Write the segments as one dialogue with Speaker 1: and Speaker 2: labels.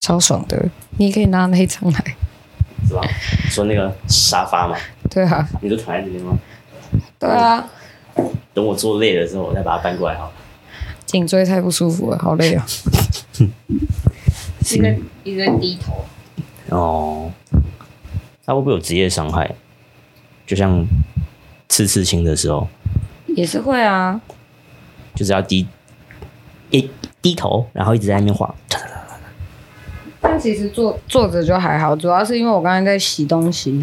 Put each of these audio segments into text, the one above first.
Speaker 1: 超爽的。你也可以拿那一张 来。
Speaker 2: 是吧？说那个沙发嘛，
Speaker 1: 对啊，
Speaker 2: 你就躺在这边吗？
Speaker 1: 对啊，
Speaker 2: 等我坐累了之后，我再把它搬过来好了。
Speaker 1: 颈椎太不舒服了，好累啊。
Speaker 3: 一个一个低头，
Speaker 2: 哦，那会不会有职业伤害？就像刺刺青的时候，
Speaker 1: 也是会啊，
Speaker 2: 就是要低一低头，然后一直在那边画。
Speaker 1: 但其实坐坐着就还好，主要是因为我刚才在洗东西，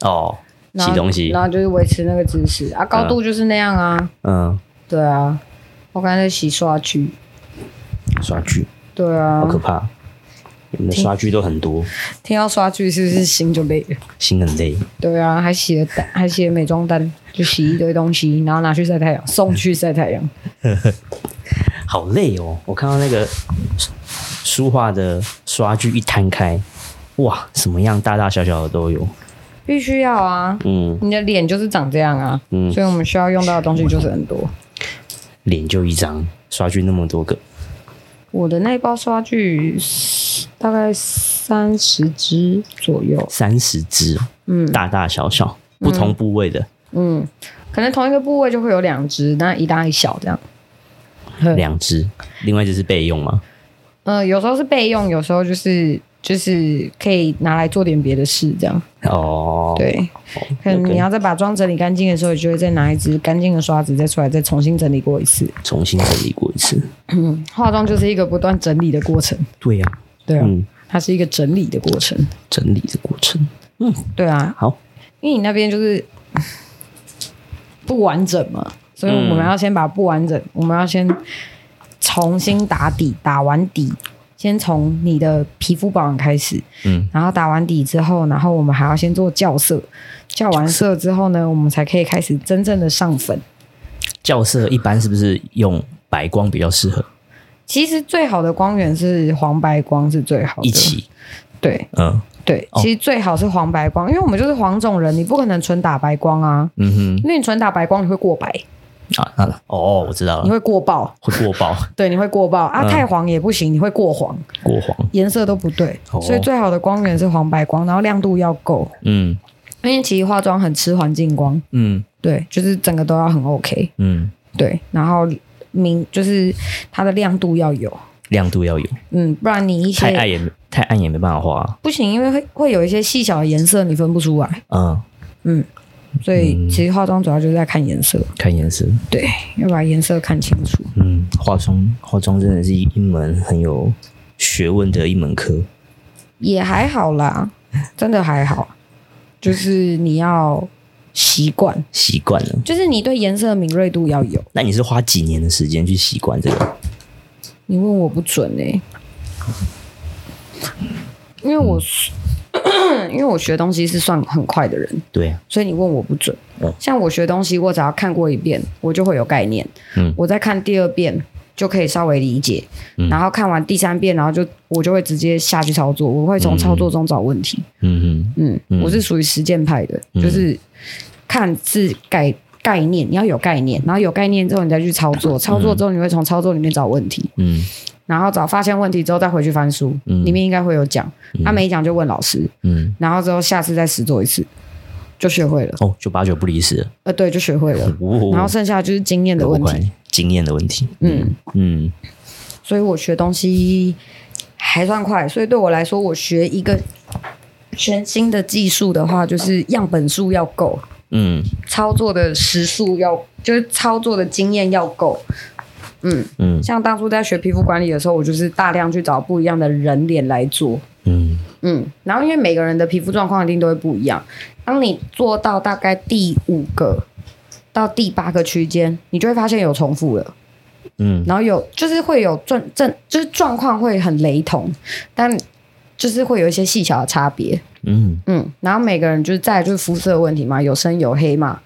Speaker 2: 哦，
Speaker 1: 然
Speaker 2: 洗
Speaker 1: 后
Speaker 2: 东西
Speaker 1: 然，后就是维持那个姿势啊，高度就是那样啊。
Speaker 2: 嗯，
Speaker 1: 对啊，我刚才在洗刷具。
Speaker 2: 刷剧，
Speaker 1: 对啊
Speaker 2: 好，可怕！你们的刷剧都很多，
Speaker 1: 听到刷具是不是心就累了？
Speaker 2: 心很累。
Speaker 1: 对啊，还洗了单，还洗了美妆单，就洗一堆东西，然后拿去晒太阳，送去晒太阳。
Speaker 2: 好累哦！我看到那个书书画的刷具一摊开，哇，什么样大大小小的都有。
Speaker 1: 必须要啊，
Speaker 2: 嗯，
Speaker 1: 你的脸就是长这样啊，
Speaker 2: 嗯
Speaker 1: 所以我们需要用到的东西就是很多。
Speaker 2: 脸就一张，刷具那么多个，
Speaker 1: 我的那一包刷具大概三十支左右，
Speaker 2: 三十只，
Speaker 1: 嗯
Speaker 2: 大大小小，不同部位的
Speaker 1: 嗯，可能同一个部位就会有两只，那一大一小这样。嗯
Speaker 2: 两只，另外一只是备用嘛。
Speaker 1: 嗯、有时候是备用，有时候就是就是可以拿来做点别的事这样。
Speaker 2: 哦，
Speaker 1: 对，
Speaker 2: 哦，
Speaker 1: 可能你
Speaker 2: 那
Speaker 1: 要再
Speaker 2: 跟
Speaker 1: 把妆整理干净的时候，你就会再拿一支干净的刷子再出来，再重新整理过一次。
Speaker 2: 重新整理过一次。
Speaker 1: 嗯，化妆就是一个不断整理的过程，
Speaker 2: 对呀、
Speaker 1: 对啊，
Speaker 2: 嗯，
Speaker 1: 它是一个整理的过程，
Speaker 2: 整理的过程，
Speaker 1: 对啊，
Speaker 2: 好，
Speaker 1: 因为你那边就是 不完整嘛，所以我们要先把不完
Speaker 2: 嗯
Speaker 1: 整，我们要先重新打底，打完底，先从你的皮肤保养开始，
Speaker 4: 嗯，
Speaker 1: 然后打完底之后，然后我们还要先做校色，校完色之后呢，我们才可以开始真正的上粉。
Speaker 2: 校色一般是不是用白光比较适合？
Speaker 1: 其实最好的光源是黄白光是最好的，
Speaker 2: 一起，
Speaker 1: 对
Speaker 4: 嗯
Speaker 1: 对，
Speaker 2: 哦
Speaker 1: 其实最好是黄白光，因为我们就是黄种人，你不可能纯打白光啊，
Speaker 4: 嗯
Speaker 1: 因为你纯打白光你会过白，
Speaker 2: 啊啊，哦，我知道
Speaker 1: 你
Speaker 2: 了，
Speaker 1: 会过爆，
Speaker 2: 会过曝，
Speaker 1: 对，你会过曝啊，
Speaker 2: 嗯
Speaker 1: 太黄也不行，你会过黄，
Speaker 2: 过黄，
Speaker 1: 颜色都不对，
Speaker 2: 哦
Speaker 1: 所以最好的光源是黄白光，然后亮度要够，
Speaker 2: 嗯
Speaker 1: 因为其实化妆很吃环境光，
Speaker 2: 嗯
Speaker 1: 对，就是整个都要很 OK，
Speaker 2: 嗯，
Speaker 1: 对，然后明就是它的亮度要有，
Speaker 2: 亮度要有，
Speaker 1: 嗯，不然你一
Speaker 2: 太暗
Speaker 1: 些
Speaker 2: 也没太暗也没办法画啊、
Speaker 1: 不行，因为会会有一些细小的颜色你分不出来，嗯，所以其实化妆主要就是在看颜色，
Speaker 2: 嗯，看颜色，
Speaker 1: 对，要把颜色看清楚，
Speaker 2: 嗯，化妆化妆真的是一门很有学问的一门课，
Speaker 1: 也还好啦，真的还好，就是你要习惯。
Speaker 2: 习惯了。
Speaker 1: 就是你对颜色的敏锐度要有。
Speaker 2: 那你是花几年的时间去习惯这个？
Speaker 1: 你问我不准哎、因为我、
Speaker 2: 嗯
Speaker 1: 因为我学东西是算很快的人，
Speaker 2: 对啊，
Speaker 1: 所以你问我不准
Speaker 2: 嗯。
Speaker 1: 像我学东西，我只要看过一遍，我就会有概念。
Speaker 2: 嗯
Speaker 1: 我再看第二遍就可以稍微理解，
Speaker 2: 嗯
Speaker 1: 然后看完第三遍，然后就我就会直接下去操作，我会从操作中找问题。
Speaker 2: 嗯
Speaker 1: 嗯，
Speaker 2: 嗯
Speaker 1: 我是属于实践派的，
Speaker 2: 嗯
Speaker 1: 就是看字概概念，你要有概念，然后有概念之后你再去操作，操作之后你会从操作里面找问题，
Speaker 2: 嗯
Speaker 1: 然后找发现问题之后再回去翻书，
Speaker 2: 嗯
Speaker 1: 里面应该会有讲，他、没讲就问老师，
Speaker 2: 嗯，
Speaker 1: 然后之后下次再实做一次，就学会了，
Speaker 2: 哦，就八九不离十哦了，
Speaker 1: 呃，对，就学会 了，
Speaker 2: 哦
Speaker 1: 然后剩下就是经验的问题，，
Speaker 2: 经验的问题，
Speaker 1: 嗯，
Speaker 2: 嗯
Speaker 1: 所以我学东西还算快，所以对我来说，我学一个全新的技术的话，就是样本数要够。
Speaker 2: 嗯
Speaker 1: 操作的时数要，就是操作的经验要够。
Speaker 2: 嗯
Speaker 1: 像当初在学皮肤管理的时候，我就是大量去找不一样的人脸来做，
Speaker 2: 嗯
Speaker 1: 嗯，然后因为每个人的皮肤状况一定都会不一样，当你做到大概第五个到第八个区间，你就会发现有重复了，
Speaker 2: 嗯
Speaker 1: 然后有就是会有状症，就是状况会很雷同，但就是会有一些细小的差别。
Speaker 2: 嗯
Speaker 1: 嗯，然后每个人就是再来就是肤色的问题嘛，有深有黑嘛，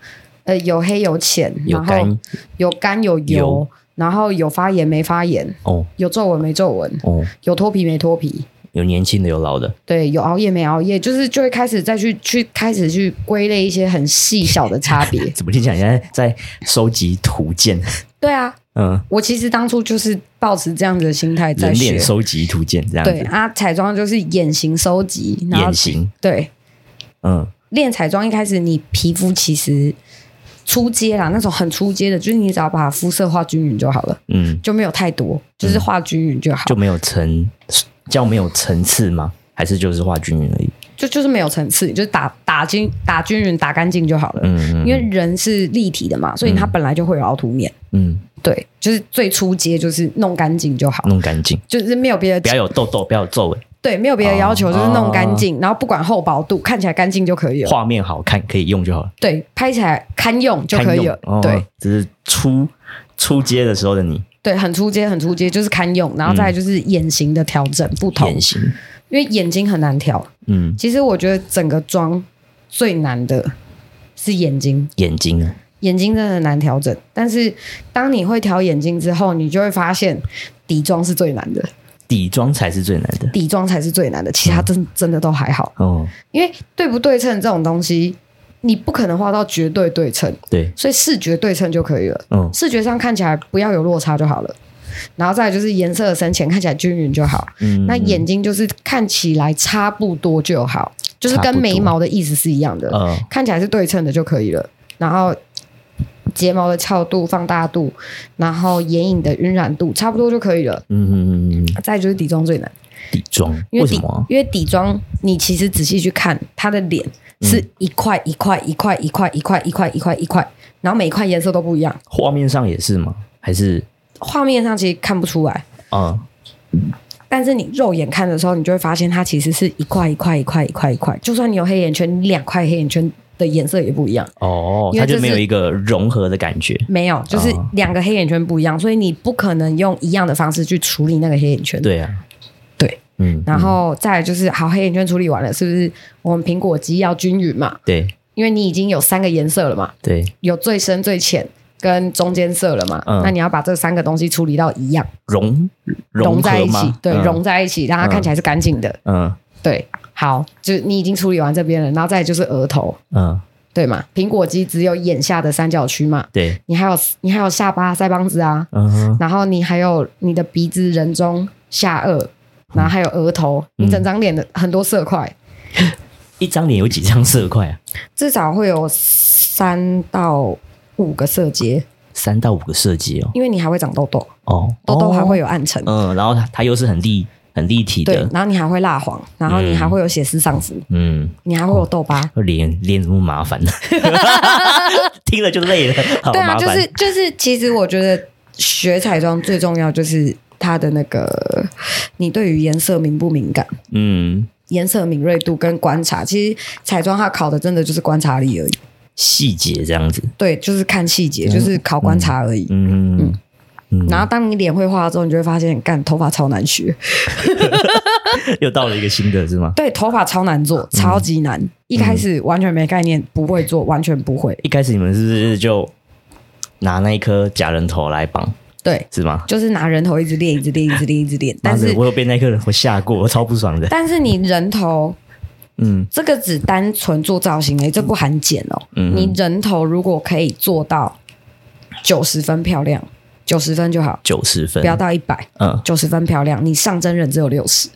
Speaker 1: 呃，有黑有浅，
Speaker 2: 有
Speaker 1: 然后
Speaker 2: 干
Speaker 1: 有干有油，
Speaker 2: 油
Speaker 1: 然后有发炎没发炎，
Speaker 2: 哦
Speaker 1: 有皱纹没皱纹，
Speaker 2: 哦，
Speaker 1: 有脱皮没脱皮，
Speaker 2: 有年轻的有老的，。
Speaker 1: 对，有熬夜没熬夜，就是就会开始再去去开始去归类一些很细小的差别
Speaker 2: 怎么听起来现在在收集图鉴？
Speaker 1: 对啊，
Speaker 2: 嗯，
Speaker 1: 我其实当初就是抱持这样子的心态在
Speaker 2: 人
Speaker 1: 学
Speaker 2: 脸。收集图鉴这样
Speaker 1: 对
Speaker 2: 子，
Speaker 1: 啊，彩妆就是眼型收集，然后
Speaker 2: 眼型，
Speaker 1: 对
Speaker 2: 嗯
Speaker 1: 练彩妆一开始你皮肤其实出街啦，那种很出街的，就是你只要把肤色画均匀就好了，
Speaker 2: 嗯，
Speaker 1: 就没有太多，就是画均匀就好，
Speaker 2: 就没有层，叫没有层次吗？还是就是画均匀而已？
Speaker 1: 就就是没有层次，就是打打均打均匀打干净就好了。
Speaker 2: 嗯嗯
Speaker 1: 因为人是立体的嘛，所以它本来就会有凹凸面。
Speaker 2: 嗯，
Speaker 1: 对，就是最初阶就是弄干净就好，
Speaker 2: 弄干净，
Speaker 1: 就是没有别
Speaker 2: 嗯不要
Speaker 1: 的
Speaker 2: 有痘痘，不要有皱纹，
Speaker 1: 对，没有别的要求，
Speaker 2: 哦
Speaker 1: 就是弄干净，然后不管厚薄度，看起来干净就可以了。
Speaker 2: 画面好看可以用就好了，
Speaker 1: 对，拍起来堪用就可
Speaker 2: 堪
Speaker 1: 以
Speaker 2: 用
Speaker 1: 了。
Speaker 2: 哦
Speaker 1: 对，
Speaker 2: 只是出出街的时候的你
Speaker 1: 对，很出街，很出街，就是堪用，然后再来就是眼型的调整不同，
Speaker 2: 嗯眼型，
Speaker 1: 因为眼睛很难调。
Speaker 2: 嗯，
Speaker 1: 其实我觉得整个妆最难的是眼睛，
Speaker 2: 眼睛啊，
Speaker 1: 眼睛真的很难调整。但是当你会调眼睛之后，你就会发现底妆是最难的，
Speaker 2: 底妆才是最难的
Speaker 1: 底妆才是最难的，其他真真的都还好。
Speaker 2: 哦，
Speaker 1: 因为对不对称这种东西，你不可能画到绝对对称，
Speaker 2: 对，
Speaker 1: 所以视觉对称就可以了。
Speaker 2: 嗯
Speaker 1: 视觉上看起来不要有落差就好了。然后再来就是颜色的深浅看起来均匀就好，
Speaker 2: 嗯，
Speaker 1: 那眼睛就是看起来差不多就好，就是
Speaker 2: 差
Speaker 1: 跟
Speaker 2: 不多
Speaker 1: 眉毛的意思是一样的，
Speaker 2: 呃
Speaker 1: 看起来是对称的就可以了。然后睫毛的翘度、放大度，然后眼影的晕染度差不多就可以了。
Speaker 2: 嗯嗯嗯嗯，嗯
Speaker 1: 再来就是底妆最难，
Speaker 2: 底妆
Speaker 1: 因
Speaker 2: 为
Speaker 1: 为
Speaker 2: 什
Speaker 1: 底
Speaker 2: 么啊？
Speaker 1: 因为底妆你其实仔细去看，它的脸是一块一块一块一块一块一块一块一块，然后每一块颜色都不一样，
Speaker 2: 画面上也是吗？还是
Speaker 1: 画面上其实看不出来。
Speaker 2: 啊？
Speaker 1: 但是你肉眼看的时候，你就会发现它其实是一块一块一块一块一块，就算你有黑眼圈，你两块黑眼圈的颜色也不一样。
Speaker 2: 哦，
Speaker 1: 因
Speaker 2: 它
Speaker 1: 为
Speaker 2: 就
Speaker 1: 这
Speaker 2: 没有
Speaker 1: 是
Speaker 2: 一个融合的感觉。
Speaker 1: 没有，就是
Speaker 2: 哦
Speaker 1: 两个黑眼圈不一样，所以你不可能用一样的方式去处理那个黑眼圈。，
Speaker 2: 对啊，
Speaker 1: 对，
Speaker 2: 嗯，
Speaker 1: 然
Speaker 2: 嗯
Speaker 1: 后再来就是，好，黑眼圈处理完了，是不是我们苹果肌要均匀嘛？
Speaker 2: 对
Speaker 1: 因为你已经有三个颜色了嘛，
Speaker 2: 对，
Speaker 1: 有最深、最浅跟中间色了嘛，
Speaker 2: 嗯
Speaker 1: 那你要把这三个东西处理到一样，
Speaker 2: 融
Speaker 1: 融
Speaker 2: 合
Speaker 1: 在一起
Speaker 2: 吗，
Speaker 1: 对，
Speaker 2: 嗯
Speaker 1: 融在一起，让它看起来是干净的。
Speaker 2: 嗯
Speaker 1: 对，好，就你已经处理完这边了，然后再来就是额头，
Speaker 2: 嗯，
Speaker 1: 对嘛？苹果肌只有眼下的三角区嘛，
Speaker 2: 对，
Speaker 1: 你还有你还有下巴、腮帮子啊，
Speaker 2: 嗯哼
Speaker 1: 然后你还有你的鼻子、人中、下颚，然后还有额头，你整张脸的很多色块，
Speaker 2: 一张脸有几张色块啊？
Speaker 1: 至少会有三到五个色阶，
Speaker 2: 三到五个设计哦，
Speaker 1: 因为你还会长痘痘，
Speaker 2: 哦，
Speaker 1: 痘痘还会
Speaker 2: 有，
Speaker 1: 有暗沉，
Speaker 2: 嗯，然后它它又是很立很立体
Speaker 1: 对
Speaker 2: 的，，
Speaker 1: 然后你还会蜡黄，然后你还
Speaker 2: 哦
Speaker 1: 会有血丝上浮，
Speaker 2: 嗯，
Speaker 1: 你还会有痘疤。
Speaker 2: 脸脸怎么 麻烦呢？听了就累了，好
Speaker 1: 对啊，
Speaker 2: 麻
Speaker 1: 就
Speaker 2: 烦
Speaker 1: 是，就是，其实我觉得学彩妆最重要就是它的那个，你对于颜色敏不敏感，
Speaker 2: 嗯，
Speaker 1: 颜色敏锐度跟观察。其实彩妆它考的真的就是观察力而已，
Speaker 2: 细节这样子，
Speaker 1: 对，就是看细节，就是考观察而已。
Speaker 2: 嗯嗯嗯，
Speaker 1: 然后当你脸会画之后，你就会发现，干头发超难学，
Speaker 2: 又到了一个新的是吗？
Speaker 1: 对，头发超难做，超级难。
Speaker 2: 嗯
Speaker 1: 一开始完全没概念，不会做，完全不会。
Speaker 2: 一开始你们是不是就拿那一颗假人头来绑
Speaker 1: 对，
Speaker 2: 是吗？
Speaker 1: 就是拿人头一直练，一直练，一直练，一直练。但
Speaker 2: 妈
Speaker 1: 是
Speaker 2: 的，我有被那个人我吓过，我超不爽的。
Speaker 1: 但是你人头
Speaker 2: 嗯
Speaker 1: 这个只单纯做造型诶，这不含剪哦。
Speaker 2: 嗯哼
Speaker 1: 你人头如果可以做到九十分漂亮，九十分就好，
Speaker 2: 九十分
Speaker 1: 不，要到一百，
Speaker 2: 嗯，
Speaker 1: 九十分漂亮。你上真人只有六十，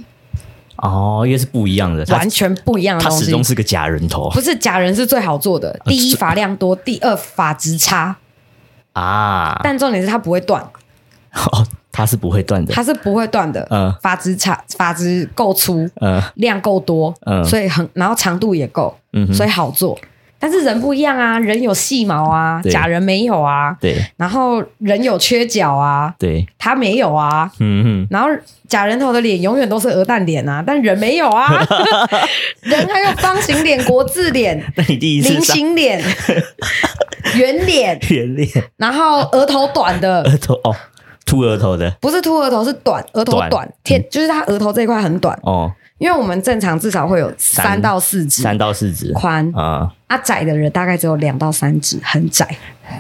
Speaker 2: 哦，因为是不一样的，它
Speaker 1: 完全不一样的
Speaker 2: 它
Speaker 1: 东
Speaker 2: 始
Speaker 1: 西
Speaker 2: 终。是个假人头
Speaker 1: 不是假人是最好做的，
Speaker 2: 呃
Speaker 1: 第一发量多，第二发质差，
Speaker 2: 啊，
Speaker 1: 但重点是它不会断，
Speaker 2: 哦，它是不会断的
Speaker 1: 它，是不会断的。
Speaker 2: 嗯
Speaker 1: 发质差，发质够粗，
Speaker 2: 呃，
Speaker 1: 量够多，
Speaker 2: 嗯
Speaker 1: 所以很，然后长度也够，
Speaker 2: 嗯哼
Speaker 1: 所以好做。但是人不一样啊，人有细毛啊，
Speaker 2: 对
Speaker 1: 假人没有啊，
Speaker 2: 对
Speaker 1: 然后人有缺角啊，
Speaker 2: 对，
Speaker 1: 他没有啊。
Speaker 2: 嗯
Speaker 1: 然后假人头的脸永远都是鹅蛋脸啊，但人没有 啊，人还有方形脸、国字脸
Speaker 2: 哼，、那你第一次
Speaker 1: 菱
Speaker 2: 上
Speaker 1: 形 脸、圆脸，
Speaker 2: 圆脸
Speaker 1: 然后额头短的，
Speaker 2: 额头哦，秃额头的
Speaker 1: 不是秃额头，是短额头
Speaker 2: 短嗯
Speaker 1: 短，天就是它额头这一块很短，
Speaker 2: 哦，
Speaker 1: 因为我们正常至少会有
Speaker 2: 三
Speaker 1: 三到四指
Speaker 2: 三到四指
Speaker 1: 宽，
Speaker 2: 啊，
Speaker 1: 啊窄的人大概只有两到三指，很窄。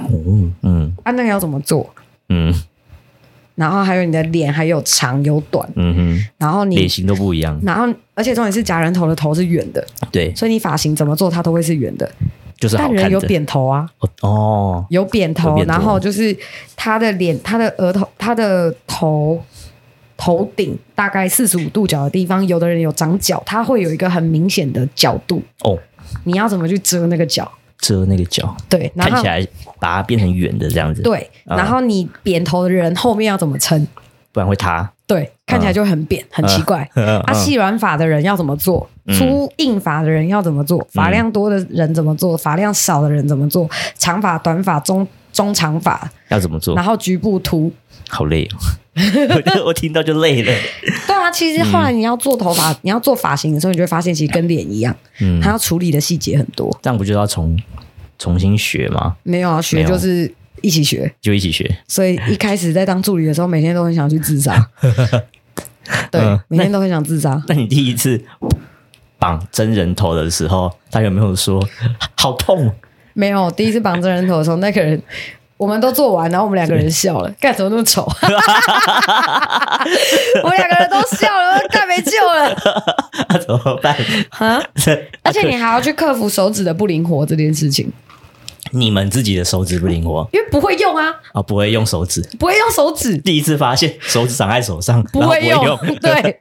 Speaker 2: 嗯嗯
Speaker 1: 啊，那个要怎么做？
Speaker 2: 嗯
Speaker 1: 然后还有你的脸还有长有短，
Speaker 2: 嗯哼，
Speaker 1: 然后
Speaker 2: 脸
Speaker 1: 你，
Speaker 2: 型都不一样，
Speaker 1: 然后而且重点是假人头的头是圆的，
Speaker 2: 对，
Speaker 1: 所以你发型怎么做它都会是圆的。
Speaker 2: 就是好
Speaker 1: 但
Speaker 2: 看
Speaker 1: 人
Speaker 2: 的
Speaker 1: 有扁头啊，
Speaker 2: 哦哦，
Speaker 1: 有扁头，
Speaker 2: 有扁头
Speaker 1: 然后就是他的脸、他的额头、他的头头顶大概四十五度角的地方，有的人有长角，他会有一个很明显的角度，
Speaker 2: 哦，
Speaker 1: 你要怎么去遮那个角？
Speaker 2: 遮那个角，
Speaker 1: 对，然
Speaker 2: 看
Speaker 1: 后
Speaker 2: 起来把它变成圆的这样子，，
Speaker 1: 对，
Speaker 2: 啊
Speaker 1: 然后你扁头的人后面要怎么撑？
Speaker 2: 不然会塌。
Speaker 1: 对，看起来就很扁，很奇怪。
Speaker 2: 嗯
Speaker 1: 啊，细软发的人要怎么做？
Speaker 2: 啊嗯
Speaker 1: 粗硬发的人要怎么做？发量多的人怎么做？发量少的人怎么做？长发、短发、中中长发，
Speaker 2: 要怎么做
Speaker 1: 然？后局部秃，
Speaker 2: 好累哦， 我我听到就累了。
Speaker 1: 对啊，其实后来你要做头发、你要做发型的时候，你就会发现，其实跟脸一样，
Speaker 2: 嗯，
Speaker 1: 它要处理的细节很多。
Speaker 2: 这样不就要重重新学吗？
Speaker 1: 没有啊，
Speaker 2: 没
Speaker 1: 学
Speaker 2: 有
Speaker 1: 就是一起学。
Speaker 2: 就一起学。
Speaker 1: 所以一开始在当助理的时候，每天都很想去自杀。 对，
Speaker 2: 嗯
Speaker 1: 每天都很想自杀。
Speaker 2: 那你第一次绑真人头的时候，他有没有说 好痛？
Speaker 1: 没有，第一次绑真人头的时候，那个人我们都做完，然后我们两个人笑 了，干什么那么丑？ 我们两个人都笑了，干没救 了
Speaker 2: 那、怎么办？
Speaker 1: 啊！而且你还要去克服手指的不灵活这件事情，
Speaker 2: 你们自己的手指不灵活
Speaker 1: 因为不会用啊，
Speaker 2: 啊，不会用手指。
Speaker 1: 不会用手指，
Speaker 2: 第一次发现手指长在手上，然后
Speaker 1: 会
Speaker 2: 不会用，
Speaker 1: 对，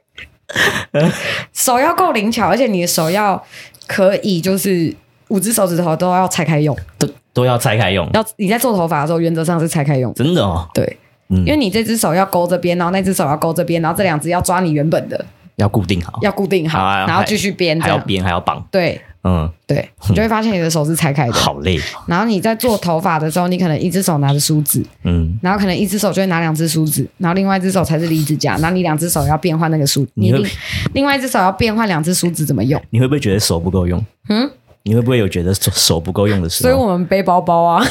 Speaker 1: 手要够灵巧，而且你的手要可以就是。五只手指头都要拆开用，
Speaker 2: 都都要拆开用，
Speaker 1: 要你在做头发的时候，原则上是拆开用的。
Speaker 2: 真的哦，
Speaker 1: 对，
Speaker 2: 嗯
Speaker 1: 因为你这只手要勾这边，然后那只手要勾这边，然后这两只要抓你原本的，
Speaker 2: 要固定好，
Speaker 1: 要固定好，
Speaker 2: 好啊
Speaker 1: 然后继续编，
Speaker 2: 还
Speaker 1: 这
Speaker 2: 要
Speaker 1: 样。
Speaker 2: 编，还要绑，
Speaker 1: 对
Speaker 2: 嗯，
Speaker 1: 对， 你就会发现你的手是拆开的。
Speaker 2: 好累，
Speaker 1: 然后你在做头发的时候，你可能一只手拿着梳子，
Speaker 2: 嗯，
Speaker 1: 然后可能一只手就会拿两只梳子，然后另外一只手才是离指 甲，然后你两只手要变换那个梳，你
Speaker 2: 你会
Speaker 1: 另另外一只手要变换两只梳子怎么用？
Speaker 2: 你会不会觉得手不够用？
Speaker 1: 嗯，
Speaker 2: 你会不会有觉得手手不够用的时
Speaker 1: 所以
Speaker 2: 候？
Speaker 1: 我们背包包 啊，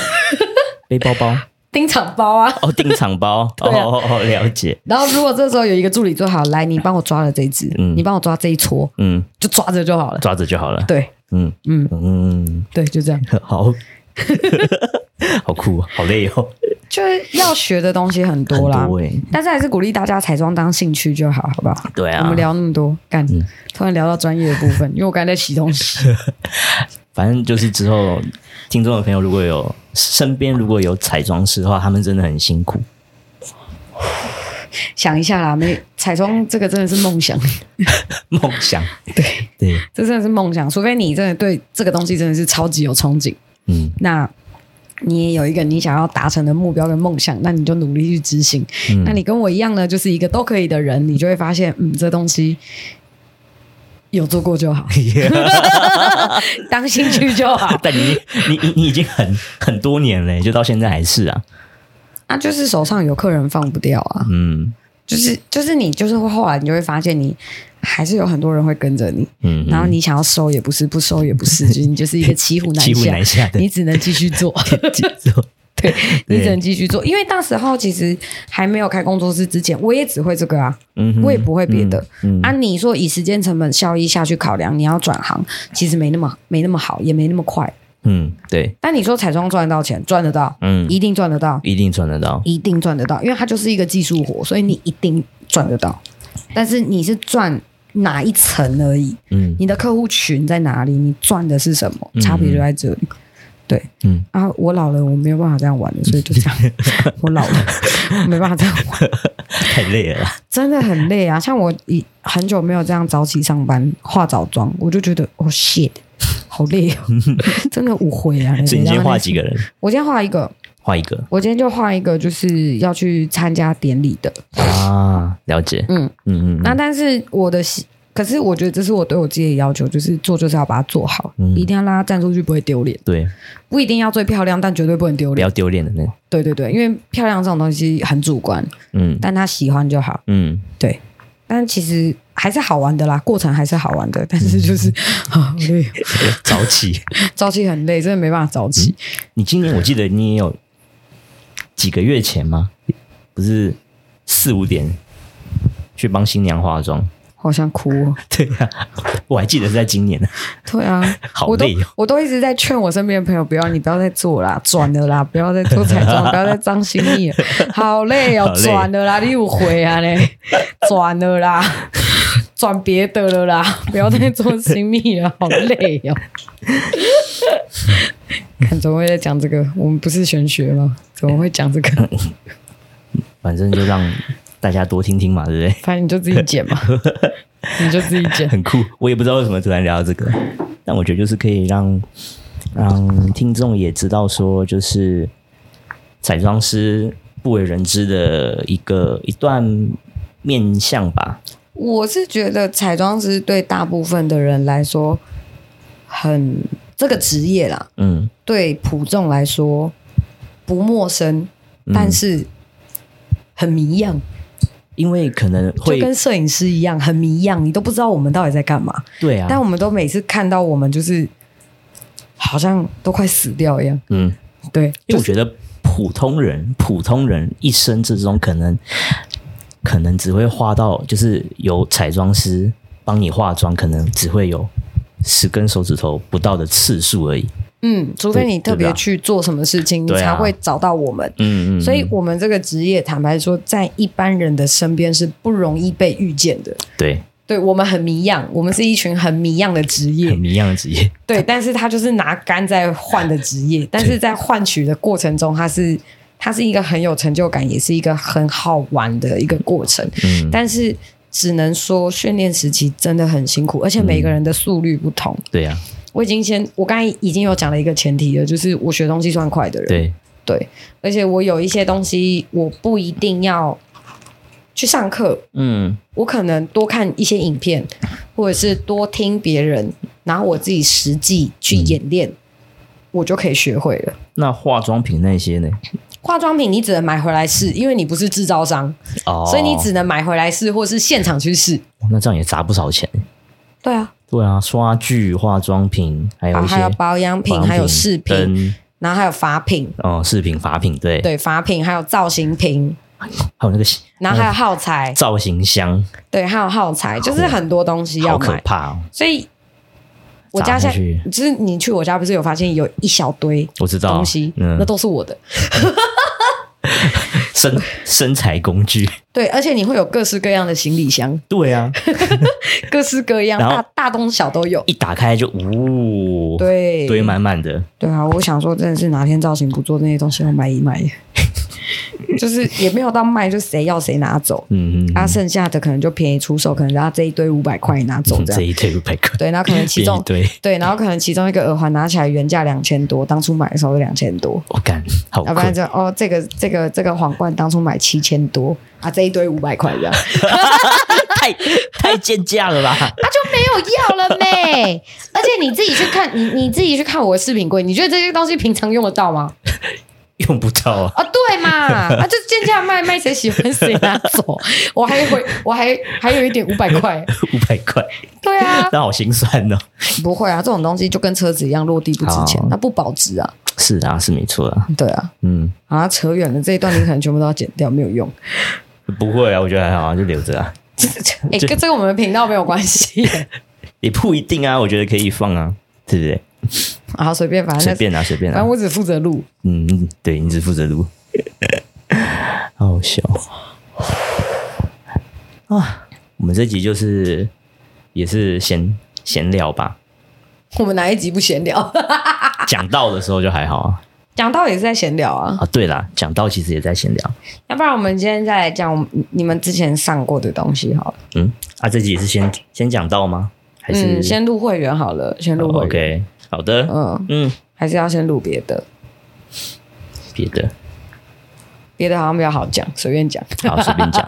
Speaker 2: 背包包
Speaker 1: 钉场包啊。
Speaker 2: 哦，定场包 哦
Speaker 1: 对啊
Speaker 2: 哦哦，了解，
Speaker 1: 然后如果这时候有一个助理做好，来你帮我抓了这一只，
Speaker 2: 嗯
Speaker 1: 你帮我抓这一撮，
Speaker 2: 嗯，
Speaker 1: 就抓着就好了。
Speaker 2: 抓着就好了，
Speaker 1: 对
Speaker 2: 嗯
Speaker 1: 嗯
Speaker 2: 嗯，
Speaker 1: 对，就 这样。
Speaker 2: 好，好酷，好累哦，
Speaker 1: 就是要学的东西很多啦，
Speaker 2: 很多欸
Speaker 1: 但是还是鼓励大家彩妆当兴趣就好，好不好？
Speaker 2: 对啊嗯
Speaker 1: 我们聊那么多，干，突然聊到专业的部分，因为我刚才在洗东西。
Speaker 2: 反正就是之后听众的朋友如果有身边如果有彩妆师的话，他们真的很辛苦，
Speaker 1: 想一下啦，没彩妆这个真的是梦想，
Speaker 2: 梦想，对对，
Speaker 1: 这真的是梦想，除非你真的对这个东西真的是超级有憧憬，
Speaker 2: 嗯，
Speaker 1: 那。你也有一个你想要达成的目标跟梦想，那你就努力去执行。
Speaker 2: 嗯
Speaker 1: 那你跟我一样呢，就是一个都可以的人，你就会发现，嗯，这东西有做过 就好， 当兴趣就好。
Speaker 2: 但你你你你已经很很多年了，就到现在还是啊，
Speaker 1: 啊，就是手上有客人放不掉啊，
Speaker 2: 嗯
Speaker 1: 就是就是你就是会后来你就会发现你还是有很多人会跟着你，
Speaker 2: 嗯，
Speaker 1: 然后你想要收也不是，不收也不是，就是你就是一个骑虎难
Speaker 2: 骑虎
Speaker 1: 下，
Speaker 2: 难下的
Speaker 1: 你只能继续做， 对你只能继续做，因为那时候其实还没有开工作室之前，我也只会这个啊，
Speaker 2: 嗯哼
Speaker 1: 我也不会别的。
Speaker 2: 嗯嗯
Speaker 1: 啊，你说以时间成本效益下去考量，你要转行，其实没那么没那么好，也没那么快。
Speaker 2: 嗯，对，
Speaker 1: 但你说彩妆赚得到钱，赚得到，
Speaker 2: 嗯
Speaker 1: 一定赚得到，
Speaker 2: 一定赚得到，
Speaker 1: 一定赚得到，因为它就是一个技术活，所以你一定赚得到。但是你是赚哪一层而已，
Speaker 2: 嗯
Speaker 1: 你的客户群在哪里，你赚的是什么，差别就在这里。对
Speaker 2: 嗯
Speaker 1: 啊，我老了，我没有办法这样玩了，所以就这样， 我老了，我没办法这样玩，
Speaker 2: 太累了啦，
Speaker 1: 真的很累啊。像我以很久没有这样早起上班化早妆，我就觉得哦 shit，好 累哦，真的误会啊。
Speaker 2: 所以你今天画几个？人？
Speaker 1: 我今天画一个，
Speaker 2: 画一个
Speaker 1: 我今天就画一个，就是要去参加典礼的。
Speaker 2: 啊，了解，
Speaker 1: 嗯
Speaker 2: 嗯嗯
Speaker 1: 那但是我的喜，可是我觉得这是我对我自己的要求，就是做就是要把它做好，
Speaker 2: 嗯
Speaker 1: 一定要让它站出去不会丢脸，
Speaker 2: 对，
Speaker 1: 不一定要最漂亮，但绝对不能丢
Speaker 2: 不要
Speaker 1: 脸。
Speaker 2: 丢脸的那种，
Speaker 1: 对对对，因为漂亮这种东西很主观，
Speaker 2: 嗯
Speaker 1: 但他喜欢就好。
Speaker 2: 嗯，
Speaker 1: 对，但其实还是好玩的啦，过程还是好玩的，但是就是、 啊，我累，
Speaker 2: 早起。
Speaker 1: 早起很累，真的没办法早起。
Speaker 2: 你今年我记得你也有几个月前吗？不是
Speaker 3: 四五点去帮新娘化妆。
Speaker 1: 好想哭、哦。
Speaker 2: 对呀、我还记得是在今年，，
Speaker 1: 对啊
Speaker 2: 好
Speaker 1: 我都
Speaker 2: 累哦
Speaker 1: 我都一直在劝我身边的朋友，不要你不要再做啦， 转了啦，不要再做彩 妆，不要再脏心意了，好累哦
Speaker 2: 好，累
Speaker 1: 转了啦，你有回 啊嘞，转了啦，转别的了啦，不要再做心意 了，好累哦。看，怎么会在讲这个？我们不是玄学吗？怎么会讲这 个？
Speaker 2: 反正就让大家多听听嘛，对不对？
Speaker 1: 反正你就自己剪 嘛，你就自己剪。
Speaker 2: 很酷，我也不知道为什么突然聊到这个，但我觉得就是可以让让听众也知道说，就是彩妆师不为人知的一个一段面相吧。
Speaker 1: 我是觉得彩妆师对大部分的人来说很这个职业啦，
Speaker 2: 嗯，
Speaker 1: 对普众来说不陌生，
Speaker 2: 嗯
Speaker 1: 但是很迷样，
Speaker 2: 因为可能
Speaker 1: 就
Speaker 2: 会
Speaker 1: 跟摄影师一样很迷样，你都不知道我们到底在干嘛。
Speaker 2: 对啊，
Speaker 1: 但我们都每次看到我们就是好像都快死掉一样，
Speaker 2: 嗯，
Speaker 1: 对，
Speaker 2: 因为
Speaker 1: 就
Speaker 2: 我
Speaker 1: 是
Speaker 2: 觉得普通人，普通人一生之中可能可能只会画到，就是有彩妆师帮你化妆，可能只会有十根手指头不到的次数而已。
Speaker 1: 嗯，除非
Speaker 2: 对
Speaker 1: 你特
Speaker 2: 对
Speaker 1: 别
Speaker 2: 吧
Speaker 1: 去做什么事情，你
Speaker 2: 对
Speaker 1: 才
Speaker 2: 啊
Speaker 1: 会找到我们。
Speaker 2: 嗯嗯，
Speaker 1: 所以，我们这个职业，坦白说，在一般人的身边是不容易被遇见的。
Speaker 2: 对，
Speaker 1: 对我们很迷样，我们是一群很迷样的职业
Speaker 2: 很，迷样的职业，
Speaker 1: 对，但是他就是拿肝在换的职 业，但是在换取的过程中，他是他是一个很有成就感，也是一个很好玩的一个过程，
Speaker 2: 嗯，
Speaker 1: 但是只能说训练时期真的很辛苦，而且每个人的速率不同。
Speaker 2: 对啊，
Speaker 1: 我已经先我刚才已经有讲了一个前提了，就是我学东西算快的人，
Speaker 2: 对，
Speaker 1: 对，而且我有一些东西我不一定要去上课，
Speaker 2: 嗯
Speaker 1: 我可能多看一些影片，或者是多听别人，然后我自己实际去
Speaker 2: 嗯
Speaker 1: 演练，我就可以学会了。
Speaker 2: 那化妆品那些呢？
Speaker 1: 化妆品你只能买回来试，因为你不是制造商，
Speaker 2: 哦，
Speaker 1: 所以你只能买回来试，或是现场去试。
Speaker 2: 那这样也砸不少钱。
Speaker 1: 对啊，
Speaker 2: 对啊，刷具、化妆品，还有
Speaker 1: 然
Speaker 2: 一
Speaker 1: 后
Speaker 2: 些
Speaker 1: 啊还有保养品，
Speaker 2: 保养
Speaker 1: 还有饰品，
Speaker 2: 灯
Speaker 1: 然后还有法品，
Speaker 2: 哦，饰品、法品，对，
Speaker 1: 对，法品，还有造型品，
Speaker 2: 还有那个
Speaker 1: 然
Speaker 2: 嗯
Speaker 1: 后还有耗材，
Speaker 2: 造型箱，
Speaker 1: 对，还有耗材，就是很多东西要
Speaker 2: 好可
Speaker 1: 买。
Speaker 2: 怕哦！
Speaker 1: 所以我家
Speaker 2: 砸下
Speaker 1: 现
Speaker 2: 去
Speaker 1: 在就是你去我家，不是有发现有一小堆
Speaker 2: 我知道
Speaker 1: 东西，
Speaker 2: 嗯
Speaker 1: 那都是我的。
Speaker 2: 身身材工具，
Speaker 1: 对，而且你会有各式各样的行李箱，
Speaker 2: 对啊，
Speaker 1: 各式各样，
Speaker 2: 然后
Speaker 1: 大大东小都有。
Speaker 2: 一打开就呜、
Speaker 1: 对，
Speaker 2: 堆满满的，
Speaker 1: 对啊，我想说，真的是哪天造型不做那些东西，要买一买， 就是也没有到卖，就谁要谁拿走，
Speaker 2: 嗯嗯，
Speaker 1: 啊，剩下的可能就便宜出售，可能他这一堆五百块拿走
Speaker 2: 嗯
Speaker 1: 这
Speaker 2: 这
Speaker 1: 样。
Speaker 2: 一堆五百块，
Speaker 1: 对，然后可能其
Speaker 2: 变一
Speaker 1: 中
Speaker 2: 堆，
Speaker 1: 对，然后可能其中一个耳环拿起来原价两千多，当初买的时候是两千多，
Speaker 2: 我干，好
Speaker 1: 要
Speaker 2: 贵
Speaker 1: 不，然就哦，这个这个这个皇冠当初买七千多啊，这一堆五百块 这样。
Speaker 2: 太太贱价 了吧？
Speaker 5: 没有要了没？
Speaker 1: 而且你自己去看，你你自己去看我的饰品柜，你觉得这些东西平常用得到吗？
Speaker 2: 用不到啊，
Speaker 1: 啊，对嘛，啊，就贱价卖卖，谁喜欢谁拿走。我还回，我还还有一点五百块，
Speaker 2: 五百块，
Speaker 1: 对啊，
Speaker 2: 那好心酸哦。
Speaker 1: 不会啊，这种东西就跟车子一样，落地不值钱
Speaker 2: 好，
Speaker 1: 那不保值啊，
Speaker 2: 是啊，是没错啊，
Speaker 1: 对啊。
Speaker 2: 嗯，
Speaker 1: 啊，扯远了，这一段你可能全部都要剪掉，没有用。
Speaker 2: 不会啊，我觉得还好啊，就留着啊，
Speaker 1: 哎、跟这个我们的频道没有关 系，
Speaker 2: 也不一定啊，我觉得可以放啊，对不对？
Speaker 1: 啊，随便，反正
Speaker 2: 随便啊，随便
Speaker 1: 反
Speaker 2: 啊
Speaker 1: 正，我只负责录。
Speaker 2: 嗯，对，你只负责录， 好笑啊！我们这集就是也是闲闲聊吧，
Speaker 1: 我们哪一集不闲聊？
Speaker 2: 讲到的时候就还好啊。
Speaker 1: 讲到也是在闲聊啊，
Speaker 2: 啊，对啦，讲到其实也在闲聊，
Speaker 1: 要不然我们今天再来讲我们你们之前上过的东西好了。
Speaker 2: 嗯，啊，这集也是先先讲到吗？还是、
Speaker 1: 嗯，先录会员好了，先录会
Speaker 2: 哦
Speaker 1: 员。
Speaker 2: OK？好的，
Speaker 1: 嗯，
Speaker 2: 嗯，
Speaker 1: 还是要先录别的，
Speaker 2: 别的
Speaker 1: 别的好像比较好讲，随便讲。
Speaker 2: 好随便讲，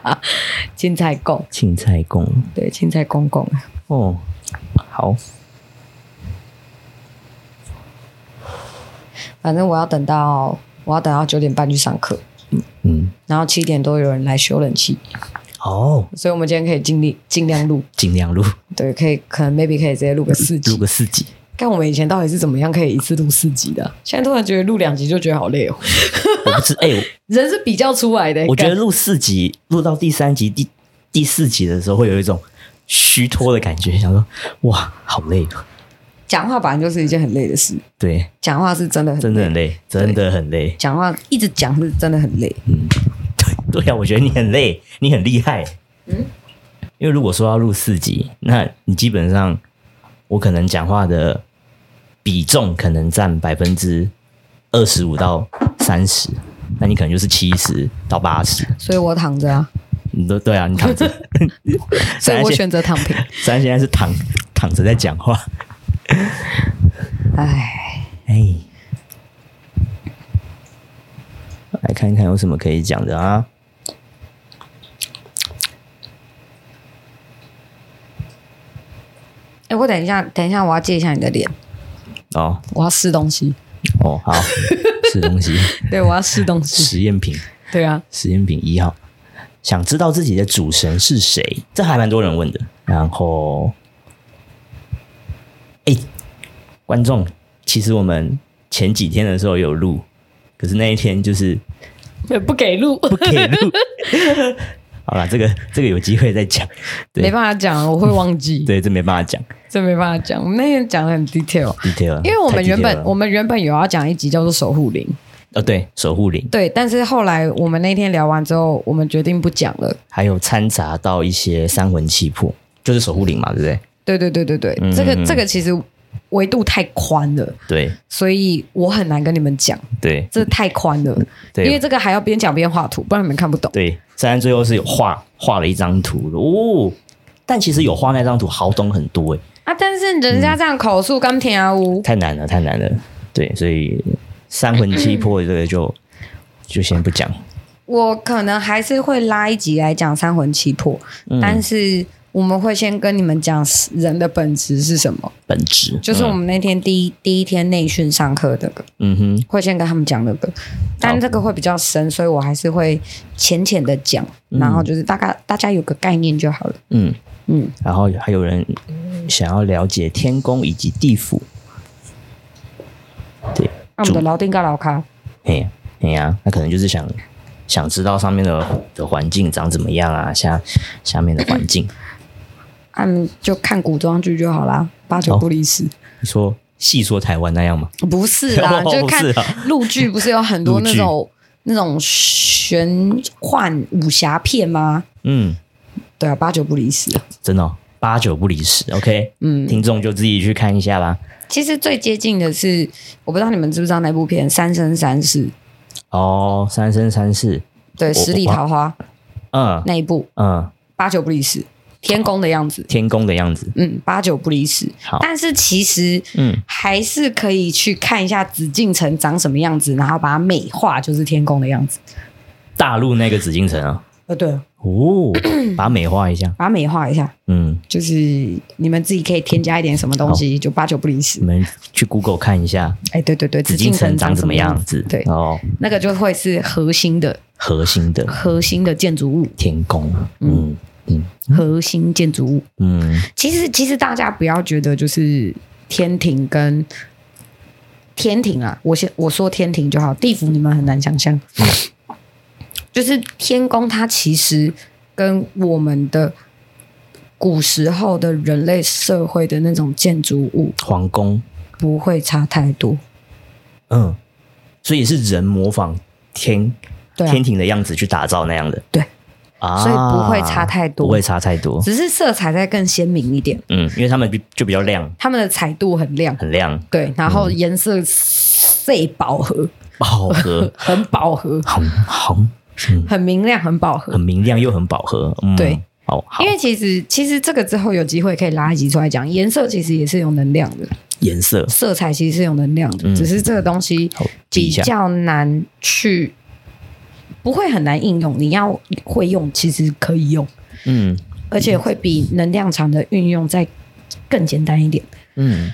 Speaker 1: 青菜贡，
Speaker 2: 青菜贡
Speaker 1: 对，青菜公公。
Speaker 2: 哦，好，
Speaker 1: 反正我要等到我要等到九点半去上课，
Speaker 2: 嗯，
Speaker 1: 然后七点多有人来修冷气，
Speaker 2: 哦，
Speaker 1: 所以我们今天可以尽力尽量录，
Speaker 2: 尽量录
Speaker 1: 对，可以可能 maybe 可以直接录个四
Speaker 2: 录
Speaker 1: 集。
Speaker 2: 个四集，
Speaker 1: 看我们以前到底是怎么样可以一次录四集的啊？现在突然觉得录两集就觉得好累哦。
Speaker 2: 我不知哎、
Speaker 1: 人是比较出来的、
Speaker 2: 我觉得录四集，录到第三集、第第四集的时候，会有一种虚脱的感觉，想说哇，好累哦，
Speaker 1: 讲话本来就是一件很累的事，
Speaker 2: 对，
Speaker 1: 讲话是真的很
Speaker 2: 真的很累，真的很累。嗯
Speaker 1: 讲话一直讲是真的很累。
Speaker 2: 对呀、啊，我觉得你很累，你很厉害。嗯，因为如果说要录四集，那你基本上我可能讲话的比重可能占百分之二十五到三十，那你可能就是七十到八十。
Speaker 1: 所以我躺着啊，
Speaker 2: 你都对啊，你躺着，
Speaker 1: 所以
Speaker 2: 三
Speaker 1: 我
Speaker 2: 线
Speaker 1: 选择躺 平。
Speaker 2: 虽然现在是躺躺着在讲话。
Speaker 1: 唉，
Speaker 2: 哎，来看一看有什么可以讲的啊。
Speaker 1: 哎、我等一下，等一下，我要借一下你的脸，
Speaker 2: 哦
Speaker 1: 我要试东西。
Speaker 2: 哦，好，吃东西，
Speaker 1: 对，我要试东西。
Speaker 2: 实验品，
Speaker 1: 对啊，
Speaker 2: 实验品一号。想知道自己的主神是谁？这还蛮多人问的。然后，哎，观众，其实我们前几天的时候有录，可是那一天就是
Speaker 1: 不给录，
Speaker 2: 不可以录。 好了，这个这个有机会再讲。 对
Speaker 1: 没办法讲，我会忘记，
Speaker 2: 对，这没办法讲
Speaker 1: 这没办法讲。我们那天讲的很 detail，
Speaker 2: detail，
Speaker 1: 因为我
Speaker 2: 太
Speaker 1: 们
Speaker 2: detail
Speaker 1: 原本
Speaker 2: 了
Speaker 1: 我们原本有要讲一集叫做守护灵，
Speaker 2: 哦，对，守护灵
Speaker 1: 对，但是后来我们那天聊完之后，我们决定不讲了。
Speaker 2: 还有掺杂到一些三魂七魄，就是守护灵嘛，对不对？
Speaker 1: 对对对对对，
Speaker 2: 嗯
Speaker 1: 这个
Speaker 2: 嗯嗯
Speaker 1: 这个其实维度太宽了，
Speaker 2: 对
Speaker 1: 所以我很难跟你们讲，
Speaker 2: 对
Speaker 1: 这太宽了，
Speaker 2: 对
Speaker 1: 因为这个还要边讲边画图，不然你们看不懂。
Speaker 2: 对，虽然最后是有画画了一张图哦，但其实有画那张图好懂很多诶，
Speaker 1: 啊，但是人家这样口述甘甜啊呜，
Speaker 2: 太难了，太难了。对，所以三魂七魄这个就就先不讲。
Speaker 1: 我可能还是会拉一集来讲三魂七魄，但是我们会先跟你们讲人的本质是什么，
Speaker 2: 本质
Speaker 1: 就是我们那天第一、第一天内训上课那个，
Speaker 2: 嗯哼，
Speaker 1: 会先跟他们讲那个，但这个会比较深，所以我还是会浅浅的讲，然后就是大概大家有个概念就好了。
Speaker 2: 嗯，
Speaker 1: 嗯，
Speaker 2: 然后还有人想要了解天宫以及地府，对，
Speaker 1: 那、我们的老丁跟老咖，
Speaker 2: 嘿，嘿呀、那可能就是想想知道上面的的环境长怎么样啊，下下面的环境。
Speaker 1: 嗯，就看古装剧就好啦，八
Speaker 2: 哦
Speaker 1: 九不离十。
Speaker 2: 你说细说台湾那样吗？
Speaker 1: 不是啦，
Speaker 2: 哦
Speaker 1: 就是看
Speaker 2: 不是啊
Speaker 1: 陆剧，不是有很多
Speaker 2: 陆
Speaker 1: 那
Speaker 2: 剧
Speaker 1: 种那种玄幻武侠片吗？
Speaker 2: 嗯，
Speaker 1: 对啊，八九不离十。
Speaker 2: 真的哦、八九不离十。OK，
Speaker 1: 嗯
Speaker 2: 听众就自己去看一下啦。
Speaker 1: 其实最接近的是，我不知道你们知不知道那部片《三生三世》，
Speaker 2: 哦，三生三世，
Speaker 1: 对，
Speaker 2: 我
Speaker 1: 《十里桃花》
Speaker 2: 嗯
Speaker 1: 那一部，
Speaker 2: 嗯，
Speaker 1: 八九不离十，天宫的样子。
Speaker 2: 天宫的样子，
Speaker 1: 嗯，八九不离十
Speaker 2: 好。
Speaker 1: 但是其实，
Speaker 2: 嗯
Speaker 1: 还是可以去看一下紫禁城长什么样子，然后把它美化，就是天宫的样子。
Speaker 2: 大陆那个紫禁城啊，
Speaker 1: 呃，对，
Speaker 2: 哦，把它美化一下。
Speaker 1: 把它美化一下，
Speaker 2: 嗯，
Speaker 1: 就是你们自己可以添加一点什么东西，就八九不离十
Speaker 2: 你。们去 Google 看一下
Speaker 1: 哎，对对对，
Speaker 2: 嗯紫
Speaker 1: 紫
Speaker 2: 禁
Speaker 1: 禁
Speaker 2: 城
Speaker 1: 城
Speaker 2: 长
Speaker 1: 长
Speaker 2: 什
Speaker 1: 什
Speaker 2: 么
Speaker 1: 么
Speaker 2: 样
Speaker 1: 样子？，
Speaker 2: 子
Speaker 1: 对，
Speaker 2: 哦，
Speaker 1: 那个就会是核心的
Speaker 2: 核心的
Speaker 1: 核心的建筑物，
Speaker 2: 天宫，嗯嗯
Speaker 1: 核心建筑物。
Speaker 2: 嗯，
Speaker 1: 其实，其实大家不要觉得就是天庭跟天庭啊，我先我说天庭就好，地府你们很难想象，
Speaker 2: 嗯
Speaker 1: 就是天宫它其实跟我们的古时候的人类社会的那种建筑物
Speaker 2: 皇宫，
Speaker 1: 不会差太多，
Speaker 2: 嗯，所以是人模仿天、
Speaker 1: 对啊
Speaker 2: 天庭的样子去打造那样的，
Speaker 1: 对，
Speaker 2: 啊，
Speaker 1: 所以不会差太多
Speaker 2: 不会差太多。
Speaker 1: 只是色彩再更鲜明一点，
Speaker 2: 嗯，因为他们比就比较亮，
Speaker 1: 它们的彩度很亮，
Speaker 2: 很亮，
Speaker 1: 对，然
Speaker 2: 嗯
Speaker 1: 后颜色最 饱和，，
Speaker 2: 饱和
Speaker 1: 很饱和，
Speaker 2: 很很
Speaker 1: 很明亮，很饱和
Speaker 2: 很。明亮又很饱和。嗯，
Speaker 1: 对，
Speaker 2: 哦，好
Speaker 1: 因，为其实其实这个之后有机会可以拉一集出来讲，颜色其实也是有能量的，
Speaker 2: 颜色
Speaker 1: 色彩其实是有能量的，
Speaker 2: 嗯
Speaker 1: 只是这个东西
Speaker 2: 好记
Speaker 1: 比
Speaker 2: 一下
Speaker 1: 较难去，不会很难应用。你要会用，其实可以用，
Speaker 2: 嗯
Speaker 1: 而且会比能量场的运用再更简单一点。
Speaker 2: 嗯，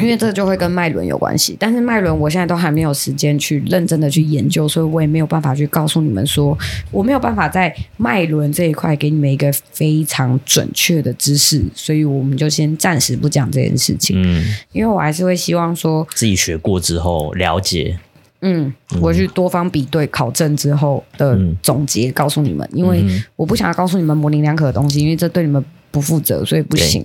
Speaker 1: 因为这就会跟脉轮有关系，但是脉轮我现在都还没有时间去认真的去研究，所以我也没有办法去告诉你们说，我没有办法在脉轮这一块给你们一个非常准确的知识，所以我们就先暂时不讲这件事情，
Speaker 2: 嗯，
Speaker 1: 因为我还是会希望说，
Speaker 2: 自己学过之后了解，
Speaker 1: 嗯，我去多方比对考证之后的
Speaker 2: 嗯
Speaker 1: 总结告诉你们，因为我不想要告诉你们模棱两可的东西，因为这对你们不负责，所以不行。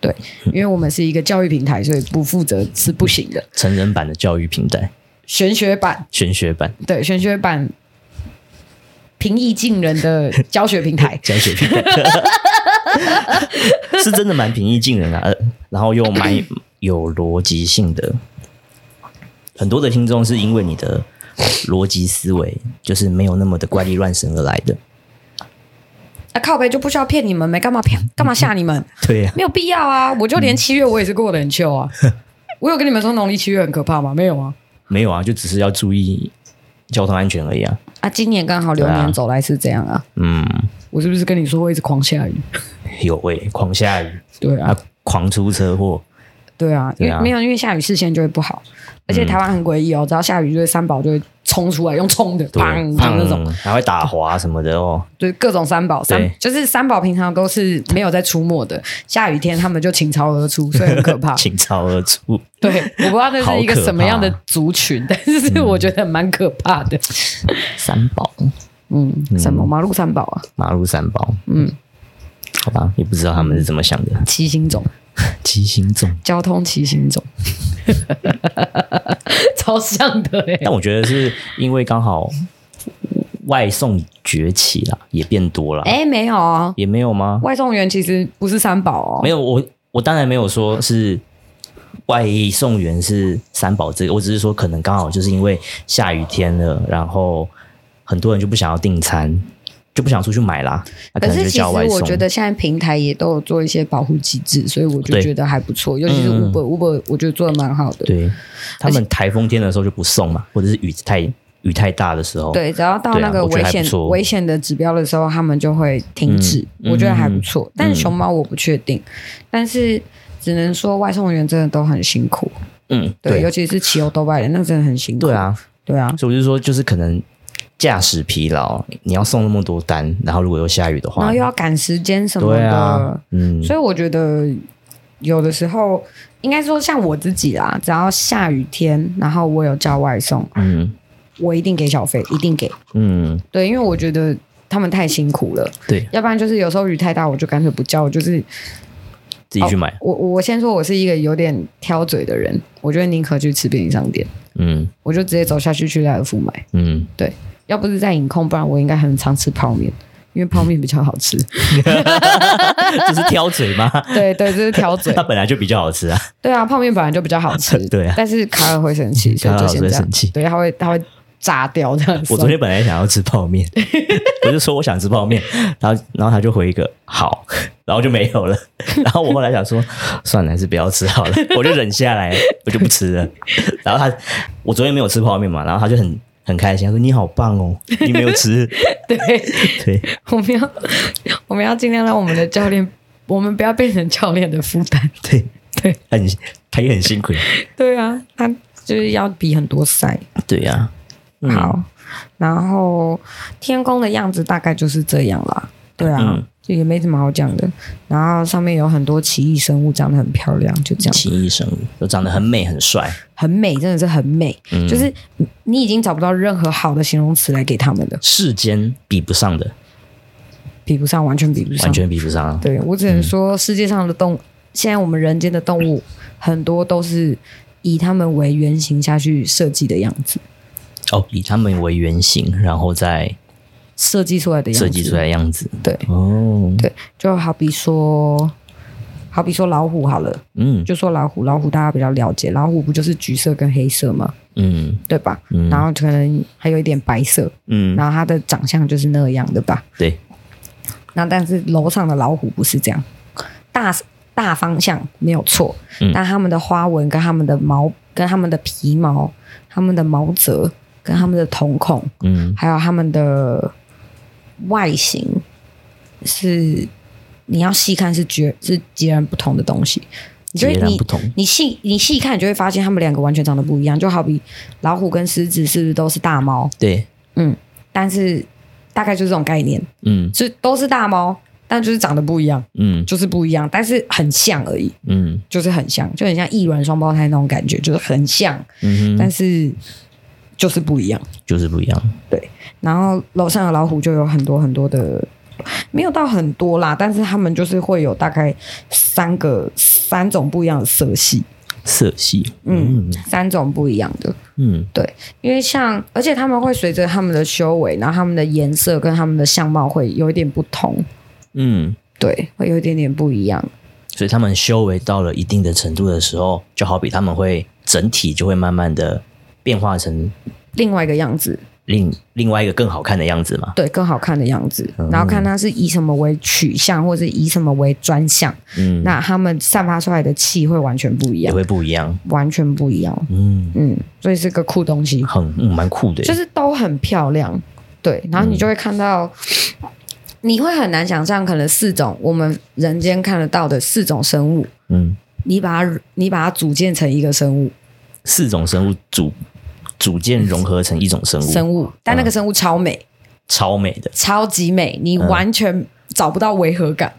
Speaker 1: 对，因为我们是一个教育平台，所以不负责是不行的。
Speaker 2: 成人版的教育平台，
Speaker 1: 玄学版，
Speaker 2: 玄学版，
Speaker 1: 对，玄学版平易近人的教学平 台
Speaker 2: 教学平台， 是真的蛮平易近人的、啊，呃然后又蛮 有逻辑性的。很多的听众是因为你的逻辑思维就是没有那么的怪力乱神而来的，
Speaker 1: 啊，靠背就不需要骗你们，没干嘛骗，干嘛吓你们，
Speaker 2: 对呀、
Speaker 1: 没有必要啊。我就连七月我也是过得很糗 啊。我有跟你们说农历七月很可怕吗？没有啊。
Speaker 2: 没有啊，就只是要注意交通安全而已啊。
Speaker 1: 啊，今年刚好流
Speaker 2: 对啊
Speaker 1: 年走来是这样啊。
Speaker 2: 嗯，
Speaker 1: 我是不是跟你说会一直狂下雨？
Speaker 2: 有喂、狂下雨
Speaker 1: 对啊
Speaker 2: 啊，，狂出车祸，
Speaker 1: 对啊，因
Speaker 2: 对
Speaker 1: 为
Speaker 2: 啊
Speaker 1: 没有因为下雨视线就会不好，而且台湾很诡异哦，只要下雨就会三宝就会冲出来，用冲的，
Speaker 2: 对，
Speaker 1: 砰砰那种，
Speaker 2: 嗯，还会打滑什么的哦。
Speaker 1: 就是各种三宝，三
Speaker 2: 对。
Speaker 1: 就是三宝平常都是没有在出没的，下雨天他们就倾巢而出，所以很可怕
Speaker 2: 倾巢而出。
Speaker 1: 对，我不知道那是一个
Speaker 2: 好可怕
Speaker 1: 什么样的族群，但是我觉得蛮可怕的。
Speaker 2: 三宝，
Speaker 1: 嗯，什么马路三宝啊，
Speaker 2: 马路三宝，嗯，好吧，也不知道他们是怎么想的。
Speaker 1: 骑行种，
Speaker 2: 骑行种，
Speaker 1: 交通骑行种， 超像的哎、欸。
Speaker 2: 但我觉得是因为刚好外送崛起啦，也变多了，
Speaker 1: 哎、没有啊，
Speaker 2: 也没有吗？
Speaker 1: 外送员其实不是三宝哦，
Speaker 2: 没有，我我当然没有说是外送员是三宝这个，我只是说可能刚好就是因为下雨天了，然后很多人就不想要订餐，就不想出去买啦，那
Speaker 1: 可
Speaker 2: 能
Speaker 1: 是
Speaker 2: 就
Speaker 1: 其实
Speaker 2: 叫外送。
Speaker 1: 我觉得现在平台也都有做一些保护机制，所以我就
Speaker 2: 对
Speaker 1: 觉得还不错，尤其是
Speaker 2: 嗯嗯
Speaker 1: Uber、Uber，我觉得做的蛮好的。
Speaker 2: 对他们台风天的时候就不送嘛，或者是雨太雨太大的时候，
Speaker 1: 对，只要到那
Speaker 2: 对啊
Speaker 1: 个
Speaker 2: 我觉得
Speaker 1: 危
Speaker 2: 还
Speaker 1: 险、
Speaker 2: 不错
Speaker 1: 危险的指标的时候，他们就会停止。
Speaker 2: 嗯
Speaker 1: 我觉得还
Speaker 2: 嗯
Speaker 1: 不
Speaker 2: 嗯
Speaker 1: 错，但是熊猫我不确定，但是只能说外送员真的都很辛苦，
Speaker 2: 嗯，
Speaker 1: 对，
Speaker 2: 对
Speaker 1: 尤其是骑欧都拜的，那真的很辛苦。
Speaker 2: 对，啊，
Speaker 1: 对啊，
Speaker 2: 所以我就说，就是可能驾驶疲劳，你要送那么多单，然后如果又下雨的
Speaker 1: 然
Speaker 2: 话
Speaker 1: 后，又要赶时间什么
Speaker 2: 对
Speaker 1: 的，
Speaker 2: 啊，嗯，
Speaker 1: 所以我觉得有的时候，应该说像我自己啦，只要下雨天，然后我有叫外送，
Speaker 2: 嗯
Speaker 1: 我一定给小费，一定给。
Speaker 2: 嗯，
Speaker 1: 对，因为我觉得他们太辛苦了，
Speaker 2: 对，
Speaker 1: 要不然就是有时候雨太大，我就干脆不叫，我就是
Speaker 2: 自己去买，
Speaker 1: 我我先说我是一个有点挑嘴的人，我觉得宁可去吃便利商店，
Speaker 2: 嗯
Speaker 1: 我就直接走下去去莱尔富买。
Speaker 2: 嗯，
Speaker 1: 对，要不是在影控，不然我应该很常吃泡面。因为泡面比较好 吃，
Speaker 2: 这是挑嘴吗？
Speaker 1: 对对，这是挑嘴
Speaker 2: 它。本来就比较好吃啊，
Speaker 1: 对啊，泡面本来就比较好吃，
Speaker 2: 对啊
Speaker 1: 但是卡尔会生气，所以
Speaker 2: 卡尔
Speaker 1: 就
Speaker 2: 老
Speaker 1: 先
Speaker 2: 师
Speaker 1: 这
Speaker 2: 会
Speaker 1: 样
Speaker 2: 生气。
Speaker 1: 对，他会他会炸掉这样子。
Speaker 2: 我昨天本来想要吃泡 面，我就说我想吃泡面，然后然后他就回一个好，然后就没有了。 然后我后来想说，算了，还是不要吃好了，我就忍下来，我就不吃了。然后他，我昨天没有吃泡面嘛，然后他就很很开心，他说你好棒哦，你没有吃，
Speaker 1: 对，
Speaker 2: 对，
Speaker 1: 我们要我们要尽量让我们的教练，我们不要变成教练的负担。
Speaker 2: 对
Speaker 1: 对，
Speaker 2: 很他也很辛苦，
Speaker 1: 对啊，他就是要比很多赛。
Speaker 2: 对呀、嗯
Speaker 1: 好，然后天空的样子大概就是这样啦。对啊，
Speaker 2: 嗯
Speaker 1: 就也没什么好讲的。然后上面有很多奇异生物，长得很漂亮，就这样。
Speaker 2: 奇异生物都长得很美很帅，
Speaker 1: 很美，真的是很美，
Speaker 2: 嗯
Speaker 1: 就是你你已经找不到任何好的形容词来给他们的，
Speaker 2: 世间比不上的，
Speaker 1: 比不上，完全比不上。
Speaker 2: 完全比不上啊。
Speaker 1: 对我只能说，世界上的动，现在我们人间的动物很多都是以它们为原型下去设计的样子，
Speaker 2: 哦，以他们为原型，然后再
Speaker 1: 设计出来的样子，
Speaker 2: 设计出来的样子。
Speaker 1: 对
Speaker 2: 哦，
Speaker 1: 对，就好比说。好比说老虎好了，
Speaker 2: 嗯
Speaker 1: 就说老虎，老虎大家比较了解，老虎不就是橘色跟黑色吗？
Speaker 2: 嗯
Speaker 1: 对吧？
Speaker 2: 嗯
Speaker 1: 然后可能还有一点白色，
Speaker 2: 嗯，
Speaker 1: 然后它的长相就是那样的吧？
Speaker 2: 对，
Speaker 1: 那但是楼上的老虎不是这样，大大方向没有错，
Speaker 2: 嗯
Speaker 1: 但它们的花纹跟它们的毛、跟它们的皮毛、它们的毛泽、跟它们的瞳孔，
Speaker 2: 嗯
Speaker 1: 还有它们的外形，是你要细看是绝是截然不同的东西。你就会
Speaker 2: 截然
Speaker 1: 你
Speaker 2: 不同
Speaker 1: 你细你细看，你就会发现它们两个完全长得不一样。就好比老虎跟狮子是不是都是大猫？
Speaker 2: 对，
Speaker 1: 嗯，但是大概就是这种概念。
Speaker 2: 嗯
Speaker 1: 就都是大猫，但就是长得不一样，
Speaker 2: 嗯
Speaker 1: 就是不一样，但是很像而已，
Speaker 2: 嗯嗯
Speaker 1: 就是很像，就很像异卵双胞胎那种感觉，就是很像，
Speaker 2: 嗯哼，
Speaker 1: 但是就是不一样。
Speaker 2: 就是不一样。
Speaker 1: 然后楼上的老虎就有很多很多的，没有到很多啦，但是他们就是会有大概三个三种不一样的色系，
Speaker 2: 色系，
Speaker 1: 嗯，三种不一样的，
Speaker 2: 嗯
Speaker 1: 对，因为像而且他们会随着他们的修为，然后他们的颜色跟他们的相貌会有一点不同，
Speaker 2: 嗯，
Speaker 1: 对，会有一点点不一样，
Speaker 2: 所以他们修为到了一定的程度的时候，就好比他们会整体就会慢慢的变化成
Speaker 1: 另外一个样子，
Speaker 2: 另另外一个更好看的样子嘛。
Speaker 1: 对，更好看的样子，然后看它是以什么为取向，或者以什么为专项，
Speaker 2: 嗯，
Speaker 1: 那他们散发出来的气会完全不一
Speaker 2: 也
Speaker 1: 样，
Speaker 2: 会不一样。
Speaker 1: 完全不一样，
Speaker 2: 嗯，
Speaker 1: 嗯，所以是个酷东西。
Speaker 2: 很嗯蛮酷的耶。
Speaker 1: 就是都很漂亮，对，然后你就会看到，你会很难想象，可能四种我们人间看得到的四种生物，
Speaker 2: 嗯，
Speaker 1: 你把它你把它组建成一个生物，
Speaker 2: 四种生物组组件融合成一种生物，
Speaker 1: 生物，但那个生物超美，
Speaker 2: 超美的。
Speaker 1: 超级美，你完全找不到违和感，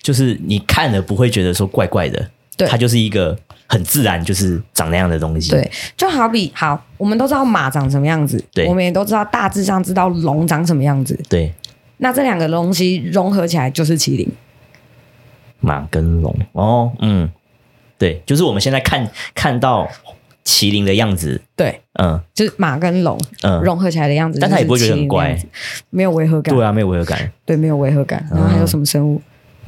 Speaker 2: 就是你看了不会觉得说怪怪的，
Speaker 1: 对
Speaker 2: 它就是一个很自然就是长那样的东西。
Speaker 1: 对，就好比好，我们都知道马长什么样子，
Speaker 2: 对
Speaker 1: 我们也都知道大致上知道龙长什么样子，
Speaker 2: 对，
Speaker 1: 那这两个东西融合起来就是麒麟，
Speaker 2: 马跟龙哦，嗯，对，就是我们现在看看到麒麟的样子，
Speaker 1: 对，
Speaker 2: 嗯
Speaker 1: 就是马跟龙
Speaker 2: 嗯，
Speaker 1: 融合起来的样子，
Speaker 2: 但它也不会觉得
Speaker 1: 就是麒麟的样
Speaker 2: 很怪
Speaker 1: 子，没有违和感，
Speaker 2: 对啊，没有违和感，
Speaker 1: 对，没有违和感。然后还有什么生物？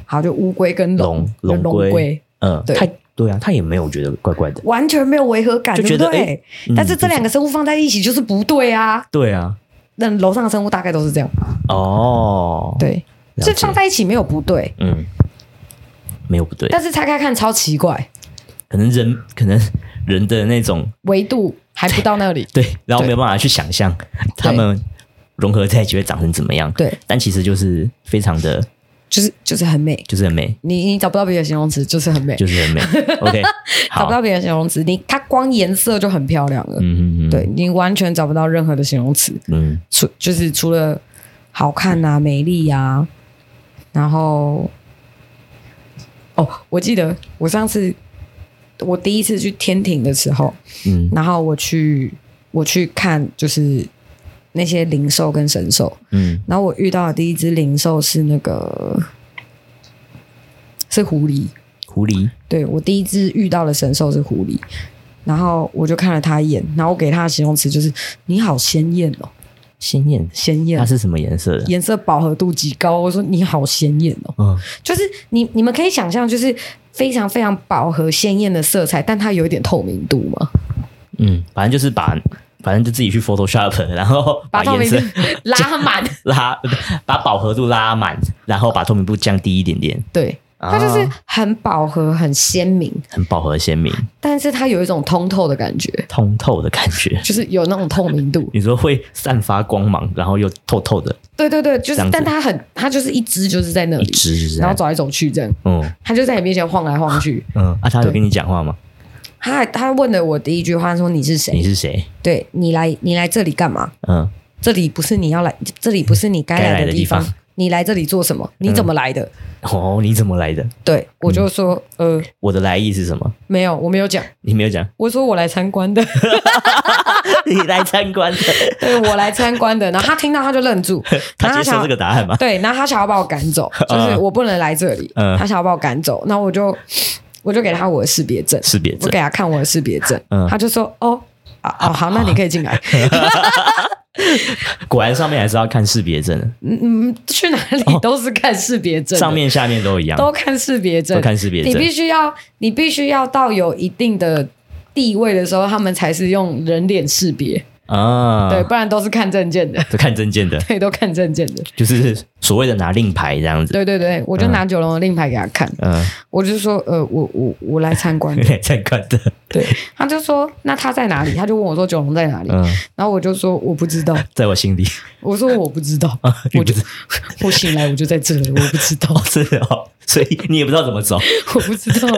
Speaker 1: 好，就乌龟跟龙，
Speaker 2: 龙
Speaker 1: 就
Speaker 2: 龙
Speaker 1: 龙
Speaker 2: 龟
Speaker 1: 龟
Speaker 2: 嗯，
Speaker 1: 对
Speaker 2: 它对啊，它也没有觉得怪怪的，
Speaker 1: 完全没有违和感，
Speaker 2: 就觉
Speaker 1: 对
Speaker 2: 得
Speaker 1: 不
Speaker 2: 诶嗯
Speaker 1: 对？但是这两个生物放在一起就是不对啊。
Speaker 2: 对啊，
Speaker 1: 那楼上的生物大概都是这样，
Speaker 2: 哦，，
Speaker 1: 对，
Speaker 2: 了
Speaker 1: 所以
Speaker 2: 解
Speaker 1: 放在一起没有不对，
Speaker 2: 嗯，没有不对，
Speaker 1: 但是拆开看超奇怪，
Speaker 2: 可能人可能人的那种
Speaker 1: 维度还不到那里。
Speaker 2: 对，然后没有办法去想象它们融合在一起会长成怎么样，
Speaker 1: 对，
Speaker 2: 但其实就是非常的，
Speaker 1: 就是就是很美，
Speaker 2: 就是很美，
Speaker 1: 你你找不到别的形容词，就是很美，
Speaker 2: 就是很 美，OK，
Speaker 1: 找
Speaker 2: 好
Speaker 1: 不，到别的形容词，你它光颜色就很漂亮了，
Speaker 2: 嗯嗯嗯，
Speaker 1: 对你完全找不到任何的形容词。
Speaker 2: 嗯
Speaker 1: 除就是除了好看啊、美丽啊，然后哦，我记得我上次我第一次去天庭的时候，
Speaker 2: 嗯
Speaker 1: 然后我去我去看就是那些灵兽跟神兽，
Speaker 2: 嗯，
Speaker 1: 然后我遇到的第一只灵兽是那个是狐狸，
Speaker 2: 狐狸，
Speaker 1: 对我第一只遇到的神兽是狐狸。然后我就看了他一眼，然后我给他的形容词就是“你好鲜艳哦，
Speaker 2: 鲜艳，
Speaker 1: 鲜艳
Speaker 2: 它是什么颜色的？
Speaker 1: 颜色饱和度极高。我说你好鲜艳哦，
Speaker 2: 嗯
Speaker 1: 就是你你们可以想象，就是非常非常饱和鲜艳的色彩，但它有一点透明度嘛，
Speaker 2: 嗯，反正就是把，反正就自己去 Photoshop，然 后把
Speaker 1: 把透
Speaker 2: 颜
Speaker 1: 明
Speaker 2: 色
Speaker 1: 度拉满。
Speaker 2: 拉， 把饱和度拉满，然后把透明度降低一点点，
Speaker 1: 对，
Speaker 2: 啊
Speaker 1: 它就是很饱和、很鲜明，
Speaker 2: 很饱和鲜明、
Speaker 1: 但是它有一种通透的感觉，
Speaker 2: 通透的感觉。
Speaker 1: 就是有那种透明 度。
Speaker 2: 你说会散发光芒，然后又透透的，
Speaker 1: 对对对，就
Speaker 2: 这样
Speaker 1: 是
Speaker 2: 子，
Speaker 1: 但它很，它就是一只就是在那
Speaker 2: 一
Speaker 1: 里，
Speaker 2: 直就是这
Speaker 1: 然后
Speaker 2: 样。
Speaker 1: 走来走去这样，
Speaker 2: 嗯
Speaker 1: 它就在你面前晃来晃去。
Speaker 2: 嗯，啊，他有
Speaker 1: 对
Speaker 2: 跟你讲话吗？
Speaker 1: 他还他问了我第一句话，说你是谁？
Speaker 2: 你是谁？
Speaker 1: 对你来你来这里干嘛？
Speaker 2: 嗯，
Speaker 1: 这里不是你要来，这里不是你该来的地方，
Speaker 2: 该来的地嗯
Speaker 1: 你来这里做什么？你怎么来的？
Speaker 2: 哦，你怎么来的？
Speaker 1: 对我就说，呃，
Speaker 2: 我的来意是什么？
Speaker 1: 没有，我没有讲，
Speaker 2: 你没 有讲，
Speaker 1: 我说我来参观 的，
Speaker 2: 你来 参观的，
Speaker 1: 对我来参观的。然后他听到他就愣住，然
Speaker 2: 他
Speaker 1: 后
Speaker 2: 接
Speaker 1: 想
Speaker 2: 受这个答案吗？
Speaker 1: 对，然后他想要把我赶 走，就是我不能来这里，
Speaker 2: 嗯
Speaker 1: 他想要把我赶走，那我就我就给他我的识别证，
Speaker 2: 识别
Speaker 1: 我
Speaker 2: 证
Speaker 1: 给，他看我的识别证，
Speaker 2: 嗯
Speaker 1: 他就说哦。啊哦，好，那你可以进 来。
Speaker 2: 果然上面还是要看识别证的，
Speaker 1: 嗯嗯，去哪里
Speaker 2: 哦
Speaker 1: 都是看识别证的，
Speaker 2: 上面下面都一样，
Speaker 1: 都看识别证，
Speaker 2: 都看识别证
Speaker 1: 你必须要，你必须要到有一定的地位的时候，他们才是用人脸识别，
Speaker 2: 啊，
Speaker 1: 对，不然都是看证件的，
Speaker 2: 都看证件的，
Speaker 1: 对，都看证件的。
Speaker 2: 就是所谓的拿令牌这样子。
Speaker 1: 对对对，我就拿九龙的令牌给他看，
Speaker 2: 嗯，
Speaker 1: 我就说，呃，我我我来参观
Speaker 2: 有，点在看的。
Speaker 1: 对，他就说，那他在哪里？他就问我说，九龙在哪里？
Speaker 2: 嗯，
Speaker 1: 然后我就说我不知道，
Speaker 2: 在我心里，
Speaker 1: 我说我不知道，
Speaker 2: 你
Speaker 1: 我
Speaker 2: 不
Speaker 1: 就
Speaker 2: 知
Speaker 1: 我醒来我就在这里，我不知道，
Speaker 2: 是哦，所以你也不知道怎么走。
Speaker 1: 我不知 道，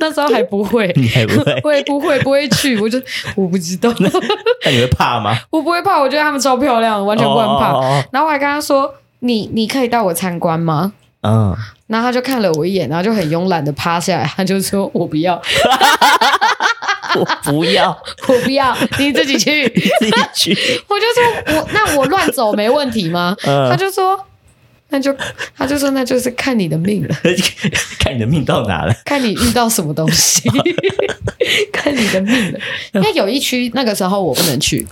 Speaker 1: 那时候还不会，
Speaker 2: 你还不 会
Speaker 1: 我也不会不会去，我就我不知 道。
Speaker 2: 那你会怕吗？
Speaker 1: 我不会怕，我觉得她们超漂亮，完全不会怕。
Speaker 2: 哦哦哦哦
Speaker 1: 然后我还跟她说：“你你可以带我参观吗
Speaker 2: 嗯，？”
Speaker 1: 然后她就看了我一眼，然后就很慵懒的趴下来，她就说：“我不要。
Speaker 2: 我不要
Speaker 1: 我不要，你自己 去。
Speaker 2: 自 己去，
Speaker 1: 我就说我那我乱走没问题吗？
Speaker 2: 嗯
Speaker 1: 他就说那就他就说那就是看你的命了，
Speaker 2: 看你的命到哪了。
Speaker 1: 看你遇到什么东 西，看你的命了。因为有一区那个时候我不能去，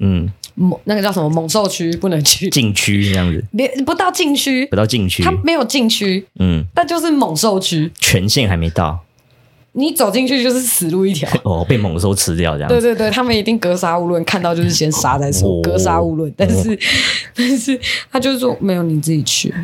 Speaker 2: 嗯，
Speaker 1: 猛那个叫什么猛兽区不能去，
Speaker 2: 禁区这样子，
Speaker 1: 连不到禁区
Speaker 2: 不，到禁区
Speaker 1: 它，没有禁区，
Speaker 2: 嗯，
Speaker 1: 但就是猛兽区，
Speaker 2: 权限还没到，
Speaker 1: 你走进去就是死路一条。
Speaker 2: 哦，被猛兽吃掉这样
Speaker 1: 对
Speaker 2: 子。
Speaker 1: 对对，他们一定格杀勿论，看到就是先杀再
Speaker 2: 哦
Speaker 1: 说，格杀勿论。但是， 但是他就是说没有你自己去。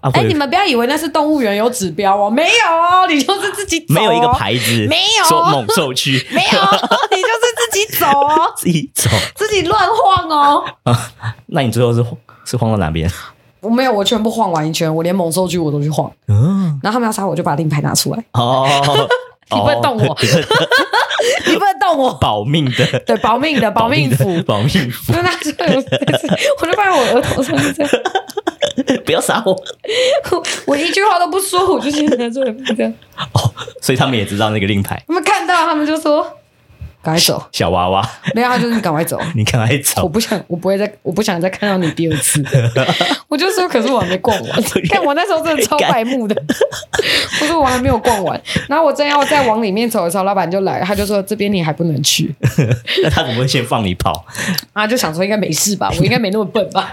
Speaker 2: 啊，
Speaker 1: 哎、
Speaker 2: 会
Speaker 1: 你们不要以为那是动物园有指标哦，没有哦，你就是自己走、哦，
Speaker 2: 没有一个，牌子，
Speaker 1: 没有
Speaker 2: 说猛兽区，
Speaker 1: 没有哦，你就是自己走哦，
Speaker 2: 自己走
Speaker 1: 自己乱晃哦。
Speaker 2: 啊。那你最后是是晃到哪边？
Speaker 1: 我没有，我全部晃完一圈，我连猛兽区我都去晃，
Speaker 2: 嗯，
Speaker 1: 然后他们要杀我，我就把令牌拿出来，
Speaker 2: 哦，
Speaker 1: 你不能动我
Speaker 2: 哦，
Speaker 1: 你不能动我，
Speaker 2: 保命的，
Speaker 1: 对，保命的， 保命符
Speaker 2: 的，。保命符，
Speaker 1: 就拿出来，我我就放在我额头上，就这样，
Speaker 2: 不要杀我
Speaker 1: 我我一句话都不说，我就先拿出来这样。
Speaker 2: 哦。所以他们也知道那个令牌，哦
Speaker 1: 他们看到，他们就说：“赶快走
Speaker 2: 小娃娃，！”
Speaker 1: 没有，他就是赶快走。
Speaker 2: 你赶快
Speaker 1: 我
Speaker 2: 走。
Speaker 1: 不想，我不会再，我不想再看到你第二次。我就说，可是我还没逛完。看我那时候真的超白目的，我说我还没有逛完。然后我正要再往里面走的时候，老板就来了，他就说：“这边你还不能去。
Speaker 2: 那他怎么会先放你跑？”
Speaker 1: 啊，就想说应该没事吧，我应该没那么笨吧。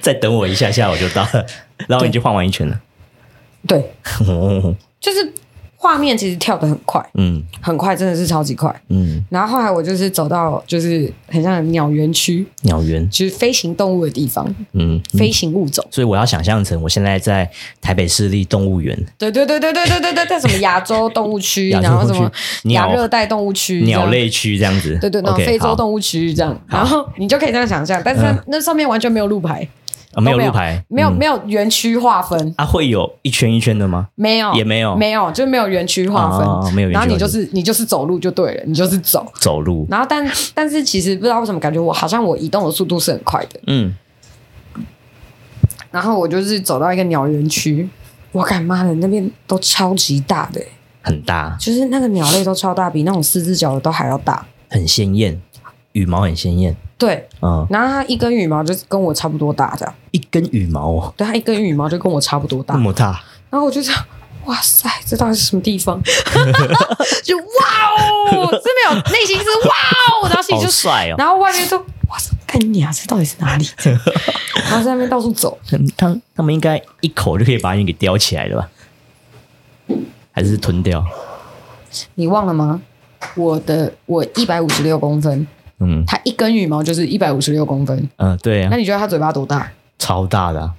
Speaker 2: 再等我一下下，我就到了。然后你就晃完一圈了。
Speaker 1: 对，
Speaker 2: 哦
Speaker 1: 就是画面其实跳得很快，
Speaker 2: 嗯
Speaker 1: 很快，真的是超级快。
Speaker 2: 嗯，
Speaker 1: 然后后来我就是走到就是很像鸟园区，
Speaker 2: 鸟园，
Speaker 1: 就是飞行动物的地方，
Speaker 2: 嗯，
Speaker 1: 飞行物种。
Speaker 2: 所以我要想象成我现在在台北市立动物园
Speaker 1: 对对对对对对对对对，什么亚洲动物区，
Speaker 2: 亚洲
Speaker 1: 然后什
Speaker 2: 动物
Speaker 1: 么
Speaker 2: 区
Speaker 1: 亚
Speaker 2: 鸟
Speaker 1: 热带动物区，
Speaker 2: 鸟
Speaker 1: 这样。
Speaker 2: 类区这样子，
Speaker 1: 嗯对对，然后
Speaker 2: OK，
Speaker 1: 非洲
Speaker 2: 好
Speaker 1: 动物区这样，然后你就可以这样想象，但是它那上面完全没有路牌，
Speaker 2: 啊没有
Speaker 1: 都
Speaker 2: 路牌，
Speaker 1: 没有
Speaker 2: 嗯
Speaker 1: 没有园区划分，
Speaker 2: 啊，会有一圈一圈的吗？
Speaker 1: 没有
Speaker 2: 也没有
Speaker 1: 没有，就没有园区划
Speaker 2: 哦哦哦
Speaker 1: 分，
Speaker 2: 没有园区
Speaker 1: 然后你
Speaker 2: 划分
Speaker 1: 就是你就是走路就对了，你就是走，
Speaker 2: 走路，
Speaker 1: 然后但但是其实不知道为什么感觉我好像我移动的速度是很快的，
Speaker 2: 嗯，
Speaker 1: 然后我就是走到一个鸟园区，我干妈的那边都超级大的、欸
Speaker 2: 很大，
Speaker 1: 就是那个鸟类都超大，比那种四只脚的都还要大。
Speaker 2: 很鲜艳，羽毛很鲜艳，
Speaker 1: 对，
Speaker 2: 嗯，
Speaker 1: 然后它一根羽毛就是跟我差不多大这样，
Speaker 2: 一根羽毛哦，
Speaker 1: 对，它一根羽毛就跟我差不多大
Speaker 2: 那。么大，
Speaker 1: 然后我就这样，哇塞，这到底是什么地方？ 就哇哦，真的有内心是哇哦，然后心里
Speaker 2: 好
Speaker 1: 就，
Speaker 2: 帅哦，
Speaker 1: 然后外面就哇塞，干你啊，这到底是哪里？ 然后在那边到处走，
Speaker 2: 嗯他他们应该一口就可以把你给叼起来了吧？还是吞掉？
Speaker 1: 你忘了吗？我的我一百五十六公分，
Speaker 2: 嗯
Speaker 1: 它一根羽毛就是一百五十六公分。
Speaker 2: 嗯，对啊
Speaker 1: 那，你觉得它嘴巴多大？
Speaker 2: 超大的啊，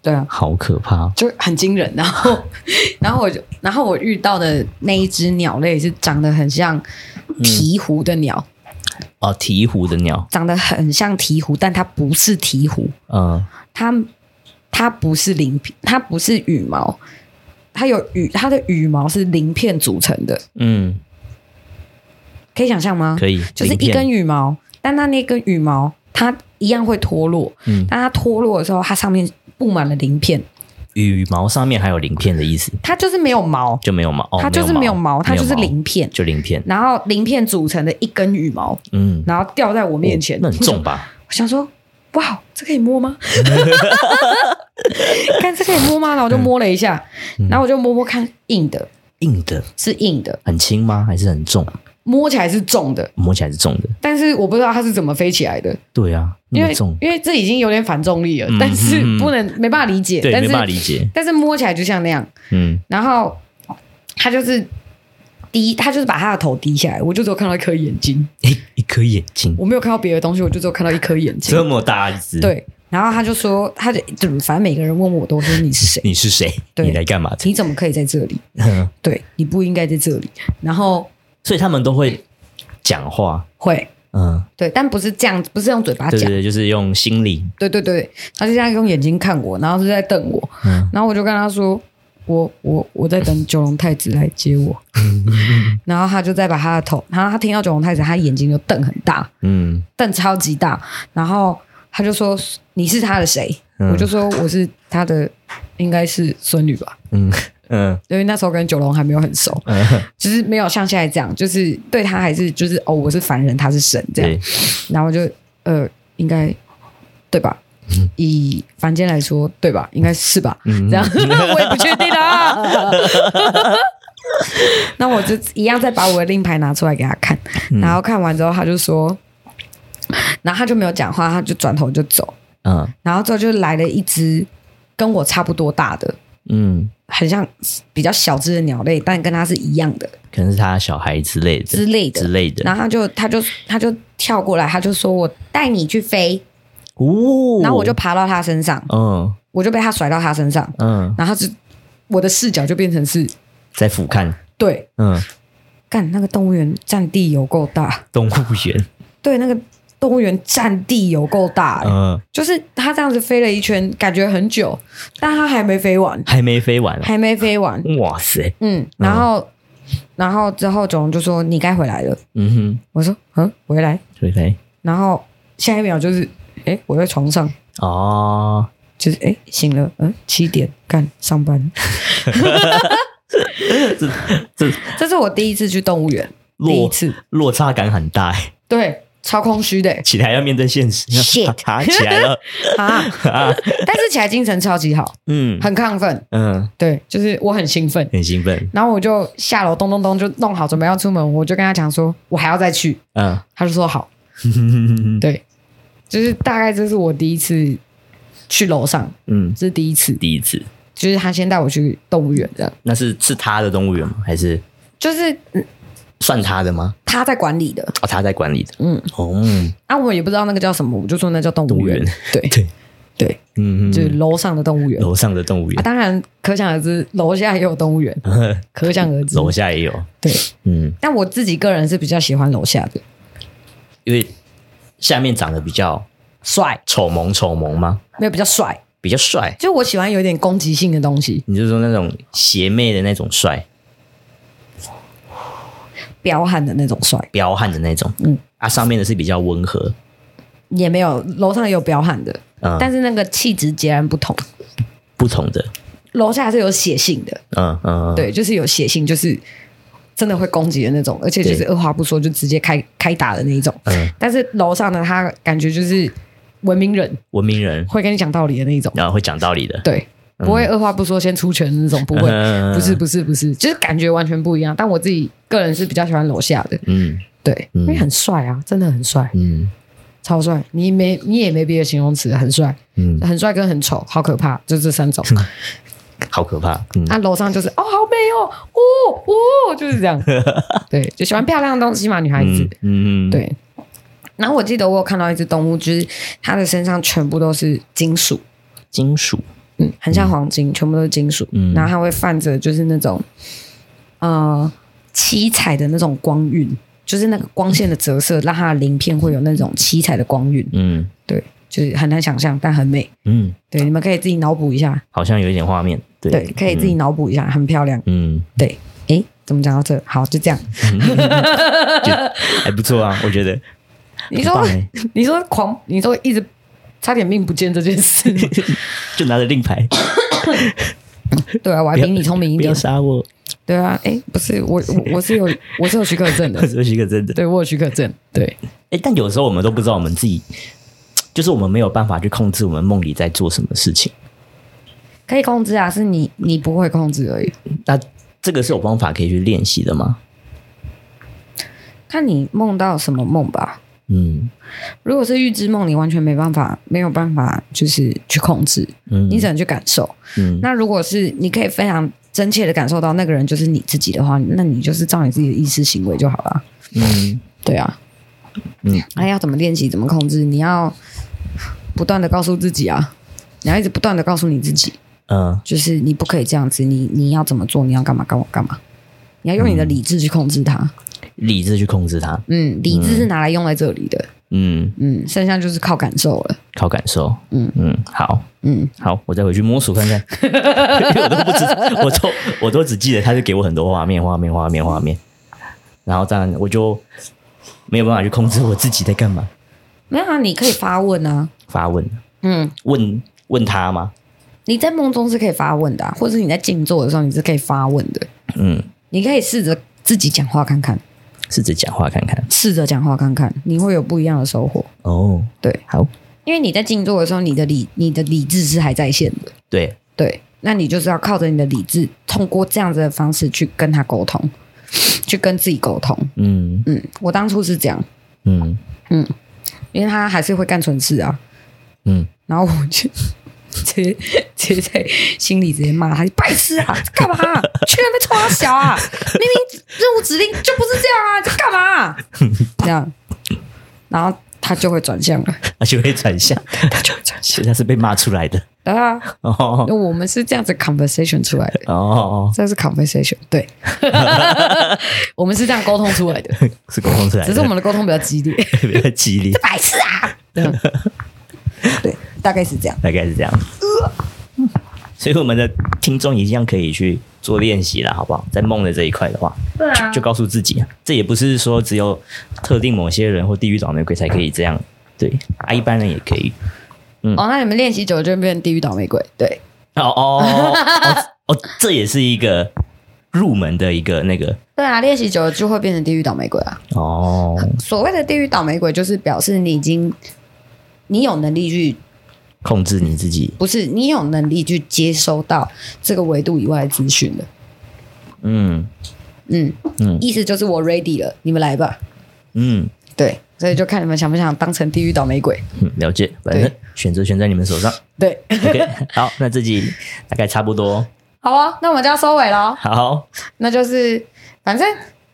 Speaker 1: 对啊，
Speaker 2: 好可怕，哦
Speaker 1: 就很惊人。然后， 然后我就，然后我遇到的那一只鸟类是长得很像鹈鹕的鸟，
Speaker 2: 哦，鹈鹕的鸟，
Speaker 1: 长得很像鹈鹕，但它不是鹈鹕，
Speaker 2: 嗯
Speaker 1: 它它不是鳞片，它不是羽毛，它有羽，它的羽毛是鳞片组成的，
Speaker 2: 嗯，
Speaker 1: 可以想象吗？
Speaker 2: 可以，
Speaker 1: 就是
Speaker 2: 鳞
Speaker 1: 一
Speaker 2: 片
Speaker 1: 根羽毛，但它那根羽毛它一样会脱落，
Speaker 2: 嗯
Speaker 1: 但它脱落的时候，它上面布满了鳞片，
Speaker 2: 羽毛上面还有鳞片的意思，
Speaker 1: 它就是没有毛，
Speaker 2: 就没有毛，哦
Speaker 1: 它就是没有毛，它就是，
Speaker 2: 没有
Speaker 1: 鳞片。
Speaker 2: 就鳞片，
Speaker 1: 然后鳞片组成的一根羽毛，
Speaker 2: 嗯，
Speaker 1: 然后掉在我面前，
Speaker 2: 哦那很重吧？
Speaker 1: 我想说，哇，这可以摸吗？ 看这可以摸吗？然后我就摸了一下，
Speaker 2: 嗯
Speaker 1: 然后我就摸摸看，硬的
Speaker 2: 硬的，
Speaker 1: 是硬的，
Speaker 2: 很轻吗？还是很重？
Speaker 1: 摸起来是重的，
Speaker 2: 摸起来是重的。
Speaker 1: 但是我不知道它是怎么飞起来的，
Speaker 2: 对啊，
Speaker 1: 因
Speaker 2: 那
Speaker 1: 为
Speaker 2: 么重，
Speaker 1: 因为这已经有点反重力了，
Speaker 2: 嗯
Speaker 1: 但是
Speaker 2: 嗯嗯
Speaker 1: 不能没办法理解，
Speaker 2: 对，
Speaker 1: 但
Speaker 2: 没
Speaker 1: 是
Speaker 2: 办法理解。
Speaker 1: 但是摸起来就像那样，
Speaker 2: 嗯，
Speaker 1: 然后它就是。低，它就是把它的头低下来，我就只有看到一颗眼睛，
Speaker 2: 一一颗眼睛
Speaker 1: 我没有看到别的东西，我就只有看到一颗眼睛
Speaker 2: 这。么大一只，，
Speaker 1: 对，然后他就说，他就就反正每个人问我都说你是谁，
Speaker 2: 你是谁？
Speaker 1: 对
Speaker 2: 你来干嘛的？
Speaker 1: 你怎么可以在这里？
Speaker 2: 嗯
Speaker 1: 对，你不应该在这里。然后
Speaker 2: 所以他们都会讲话，
Speaker 1: 会
Speaker 2: 嗯，
Speaker 1: 对，但不是这样，不是用嘴巴
Speaker 2: 对
Speaker 1: 啊讲
Speaker 2: 对，对，就是用心理，
Speaker 1: 对对对，他就这样用眼睛看我，然后是在瞪我，
Speaker 2: 嗯
Speaker 1: 然后我就跟他说。我我我在等九龙太子来接 我，然后他就再把他的头，然后他听到九龙太子，他眼睛就瞪很大，
Speaker 2: 嗯
Speaker 1: 瞪超级大，然后他就说你是他的谁？
Speaker 2: 嗯
Speaker 1: 我就说我是他的，应该是孙女吧。
Speaker 2: 嗯，嗯
Speaker 1: 因为那时候跟九龙还没有很熟，就是没有像现在这样，就是对他还是就是哦，我是凡人，他是神这样
Speaker 2: 对，
Speaker 1: 然后就呃，应该对吧？以凡间来说，对吧？应该是吧？这样 我也不确定啊。 那我就一样再把我的令牌拿出来给他看，然后看完之后他就说，然后他就没有讲话，他就转头就走，
Speaker 2: 嗯
Speaker 1: 然后之后就来了一只跟我差不多大的，
Speaker 2: 嗯，
Speaker 1: 很像比较小只的鸟类，但跟它是一样的
Speaker 2: 可能是他小孩之类的
Speaker 1: 之类的
Speaker 2: 之类的。
Speaker 1: 然后他就他就他就跳过来，他就说我带你去飞，
Speaker 2: 哦，
Speaker 1: 然后我就爬到他身上，
Speaker 2: 嗯
Speaker 1: 我就被他甩到他身上，
Speaker 2: 嗯，
Speaker 1: 然后就我的视角就变成是
Speaker 2: 在俯瞰，
Speaker 1: 对，
Speaker 2: 嗯，
Speaker 1: 干那个动物园占地有够大，
Speaker 2: 动物园，
Speaker 1: 对，那个动物园占地有够大、欸
Speaker 2: 嗯，
Speaker 1: 就是他这样子飞了一圈，感觉很久，但他还没飞完，
Speaker 2: 还没飞完啊，
Speaker 1: 还没飞完，
Speaker 2: 哇塞，
Speaker 1: 嗯，然后、然后之后总就说你该回来了，
Speaker 2: 嗯
Speaker 1: 我说嗯回来，
Speaker 2: 哼，回来
Speaker 1: 然后下一秒就是，哎，我在床上，
Speaker 2: 哦，
Speaker 1: 就是哎醒了，嗯，七点干上班。
Speaker 2: 这
Speaker 1: 这是我第一次去动物园，第一
Speaker 2: 落
Speaker 1: 次，
Speaker 2: 落差感很大欸，
Speaker 1: 对，超空虚 的
Speaker 2: 起来要面对现实，
Speaker 1: Shit
Speaker 2: 他起来了，
Speaker 1: 啊！但是起来精神超级好，
Speaker 2: 嗯
Speaker 1: 很亢奋，
Speaker 2: 嗯，
Speaker 1: 对，就是我很兴奋。
Speaker 2: 很兴奋，
Speaker 1: 然后我就下楼咚咚咚就弄好准备要出门，我就跟他讲说，我还要再去，
Speaker 2: 嗯，
Speaker 1: 他就说 好，对，就是大概这是我第一次去楼上，
Speaker 2: 嗯，
Speaker 1: 这是第一次，
Speaker 2: 第一次，
Speaker 1: 就是他先带我去动物园这样，
Speaker 2: 那是是他的动物园吗？还是
Speaker 1: 就是嗯
Speaker 2: 算他的吗？
Speaker 1: 他在管理的，
Speaker 2: 哦，他在管理的，
Speaker 1: 嗯，
Speaker 2: 哦，嗯
Speaker 1: 啊，我也不知道那个叫什么，我就说那叫动
Speaker 2: 动
Speaker 1: 物
Speaker 2: 物
Speaker 1: 园
Speaker 2: 园，
Speaker 1: 对
Speaker 2: 对
Speaker 1: 对，
Speaker 2: 嗯
Speaker 1: 就是
Speaker 2: 嗯，
Speaker 1: 楼上的动物园。
Speaker 2: 楼上的动物
Speaker 1: 啊，
Speaker 2: 园，
Speaker 1: 当然，可想而知，楼下也有动物园，可想而知。
Speaker 2: 嗯 楼下也有，
Speaker 1: 对，
Speaker 2: 嗯，
Speaker 1: 但我自己个人是比较喜欢楼下的，
Speaker 2: 因为下面长得比较
Speaker 1: 帅，
Speaker 2: 丑萌丑萌吗？
Speaker 1: 没有比较帅，
Speaker 2: 比较帅，
Speaker 1: 就我喜欢有点攻击性的东西，
Speaker 2: 你就说那种邪魅的那种帅，
Speaker 1: 彪悍的那种帅，
Speaker 2: 彪悍的那种，
Speaker 1: 嗯
Speaker 2: 嗯，啊，上面的是比较温和，
Speaker 1: 也没有楼上也有彪悍的，
Speaker 2: 嗯，
Speaker 1: 但是那个气质截然不同。
Speaker 2: 不同的，
Speaker 1: 楼下是有血性的，
Speaker 2: 嗯嗯，，
Speaker 1: 对，就是有血性，就是真的会攻击的那种，而且就是
Speaker 2: 对
Speaker 1: 二话不说就直接开开打的那一种。
Speaker 2: 嗯
Speaker 1: 但是楼上呢，他感觉就是文明人，
Speaker 2: 文明人，
Speaker 1: 会跟你讲道理的那一种，
Speaker 2: 然后会讲道理的，
Speaker 1: 对，不会二话不说先出拳的那种，不会，
Speaker 2: 嗯
Speaker 1: 不是，不是，不是，就是感觉完全不一样。但我自己个人是比较喜欢楼下的，
Speaker 2: 嗯
Speaker 1: 对，
Speaker 2: 嗯
Speaker 1: 因为很帅啊，真的很帅，
Speaker 2: 嗯
Speaker 1: 超帅，你没你也没别的形容词，很帅，
Speaker 2: 嗯，
Speaker 1: 很帅跟很丑，好可怕，就这三 种。
Speaker 2: 好可怕，嗯
Speaker 1: 那楼上就是哦，好美哦，哦哦，就是这 样，对，就喜欢漂亮的东西嘛，女孩子
Speaker 2: 嗯，嗯，嗯，
Speaker 1: 对。然后我记得我有看到一只动物，就是它的身上全部都是金属，
Speaker 2: 金属，
Speaker 1: 嗯，很像黄金，全部都是金属。
Speaker 2: 嗯
Speaker 1: 然后它会泛着就是那种呃七彩的那种光晕，就是那个光线的折射，让它的鳞片会有那种七彩的光晕。
Speaker 2: 嗯
Speaker 1: 对，就是很难想象，但很美。
Speaker 2: 嗯，
Speaker 1: 对，你们可以自己脑补一下，
Speaker 2: 好像有一点画面，对
Speaker 1: 对，可以自己，脑补一下，很漂亮。
Speaker 2: 嗯，嗯
Speaker 1: 对，诶，怎么讲到这？好，就这样。
Speaker 2: 还不错 啊，我觉得，
Speaker 1: 你说
Speaker 2: 很棒欸，
Speaker 1: 你说狂，你说一直差点命不见这件事 吗，
Speaker 2: 就拿着令牌，
Speaker 1: 对啊，我还比你聪明一
Speaker 2: 不要
Speaker 1: 点。
Speaker 2: 杀我，
Speaker 1: 对啊，诶，不是我，我 我是有我是有许可证的
Speaker 2: 我，是一个真的，
Speaker 1: 对我有许可证，对。
Speaker 2: 哎，但有时候我们都不知道我们自己，就是我们没有办法去控制我们梦里在做什么事情。
Speaker 1: 可以控制啊，是你你不会控制而已。
Speaker 2: 那这个是有方法可以去练习的吗？
Speaker 1: 看你梦到什么梦吧。
Speaker 2: 嗯
Speaker 1: 如果是预知梦，你完全没办法，没有办法就是去控制，
Speaker 2: 嗯，
Speaker 1: 你只能去感受。
Speaker 2: 嗯
Speaker 1: 那如果是你可以非常真切的感受到那个人就是你自己的话，那你就是照你自己的意识行为就好了。
Speaker 2: 嗯
Speaker 1: 对啊，
Speaker 2: 嗯，
Speaker 1: 那要怎么练习，怎么控制？你要不断的告诉自己啊，你要一直不断的告诉你自己，
Speaker 2: 嗯
Speaker 1: 就是你不可以这样子，你你要怎么做，你要干嘛干嘛干嘛，你要用
Speaker 2: 嗯
Speaker 1: 你的理智去控制它。
Speaker 2: 理智去控制它。
Speaker 1: 嗯，理智是拿来用在这里的，
Speaker 2: 嗯，
Speaker 1: 嗯，剩下就是靠感受了，
Speaker 2: 靠感受。
Speaker 1: 嗯
Speaker 2: 嗯，好
Speaker 1: 嗯，
Speaker 2: 好，我再回去摸索看 看，因为我都不知，我都我都只记得他就给我很多画面，画面，画面，画面，然后当然我就没有办法去控制我自己在干嘛。
Speaker 1: 没有啊，你可以发问啊，
Speaker 2: 发问，
Speaker 1: 嗯，
Speaker 2: 问问他吗？
Speaker 1: 你在梦中是可以发问的啊、或者你在静坐的时候你是可以发问的。
Speaker 2: 嗯，
Speaker 1: 你可以试着自己讲话看看，
Speaker 2: 试着讲话看看。
Speaker 1: 试着讲话看看，你会有不一样的收获。
Speaker 2: 哦，
Speaker 1: 对，
Speaker 2: 好，
Speaker 1: 因为你在静坐的时候，你的理你的理智是还在线的，
Speaker 2: 对，
Speaker 1: 对，那你就是要靠着你的理智，通过这样子的方式去跟他沟通，去跟自己沟通。
Speaker 2: 嗯
Speaker 1: 嗯，我当初是这样，
Speaker 2: 嗯
Speaker 1: 因为他还是会干蠢事啊，
Speaker 2: 嗯，
Speaker 1: 然后我就 直接直接在心里直接骂他：“你白痴啊， 干嘛、去那边冲他小啊？明明任务指令就不是这样啊，这干嘛啊、 这样，然后他就会转向了，
Speaker 2: 而且会转 向，
Speaker 1: 他就会 转向。
Speaker 2: 所以他是被骂出来的。
Speaker 1: 对啊，
Speaker 2: 哦
Speaker 1: 我们是这样子 conversation 出来的。
Speaker 2: 哦哦，
Speaker 1: 这是 conversation，对， 我们是这样沟通出来的，
Speaker 2: 是沟通出来的，
Speaker 1: 只是我们的沟通比较激烈。
Speaker 2: 特别激烈，
Speaker 1: 白痴啊！这样对，大概是这样。
Speaker 2: 大概是这样。所以我们的听众一样可以去做练习啦，好不好？在梦的这一块的话，
Speaker 1: 对啊
Speaker 2: 就告诉自己，这也不是说只有特定某些人或地狱倒霉鬼才可以这样，对啊，一般人也可以。
Speaker 1: 哦，那你们练习久了就会变成地狱倒霉鬼，对，
Speaker 2: 哦哦哦哦，这也是一个入门的一个那个
Speaker 1: 对啊，练习久了就会变成地狱倒霉鬼啊。
Speaker 2: 哦，
Speaker 1: 所谓的地狱倒霉鬼，就是表示你已经你有能力去，
Speaker 2: 控制你自己，
Speaker 1: 不是你有能力去接收到这个维度以外的资讯了。
Speaker 2: 嗯
Speaker 1: 嗯
Speaker 2: 嗯
Speaker 1: 意思就是我 ready 了，你们来吧。
Speaker 2: 嗯
Speaker 1: 对，所以就看你们想不想当成地狱倒霉鬼。
Speaker 2: 嗯，了解，反正
Speaker 1: 对
Speaker 2: 选择权在你们手上。
Speaker 1: 对，
Speaker 2: OK，好， 那这集大概差不多，
Speaker 1: 好啊，那我们就要收尾喽。
Speaker 2: 好，
Speaker 1: 那就是反正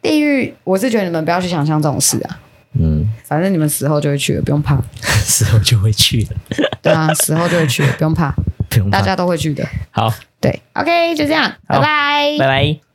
Speaker 1: 地狱，我是觉得你们不要去想象这种事啊。
Speaker 2: 嗯，
Speaker 1: 反正你们死后就会去了，不用怕。
Speaker 2: 时候就会去的，
Speaker 1: 对啊，死后就会去了，不用怕，
Speaker 2: 不用怕
Speaker 1: 大。家都会去的。
Speaker 2: 好，
Speaker 1: 对，OK，就这样，拜拜
Speaker 2: 拜拜。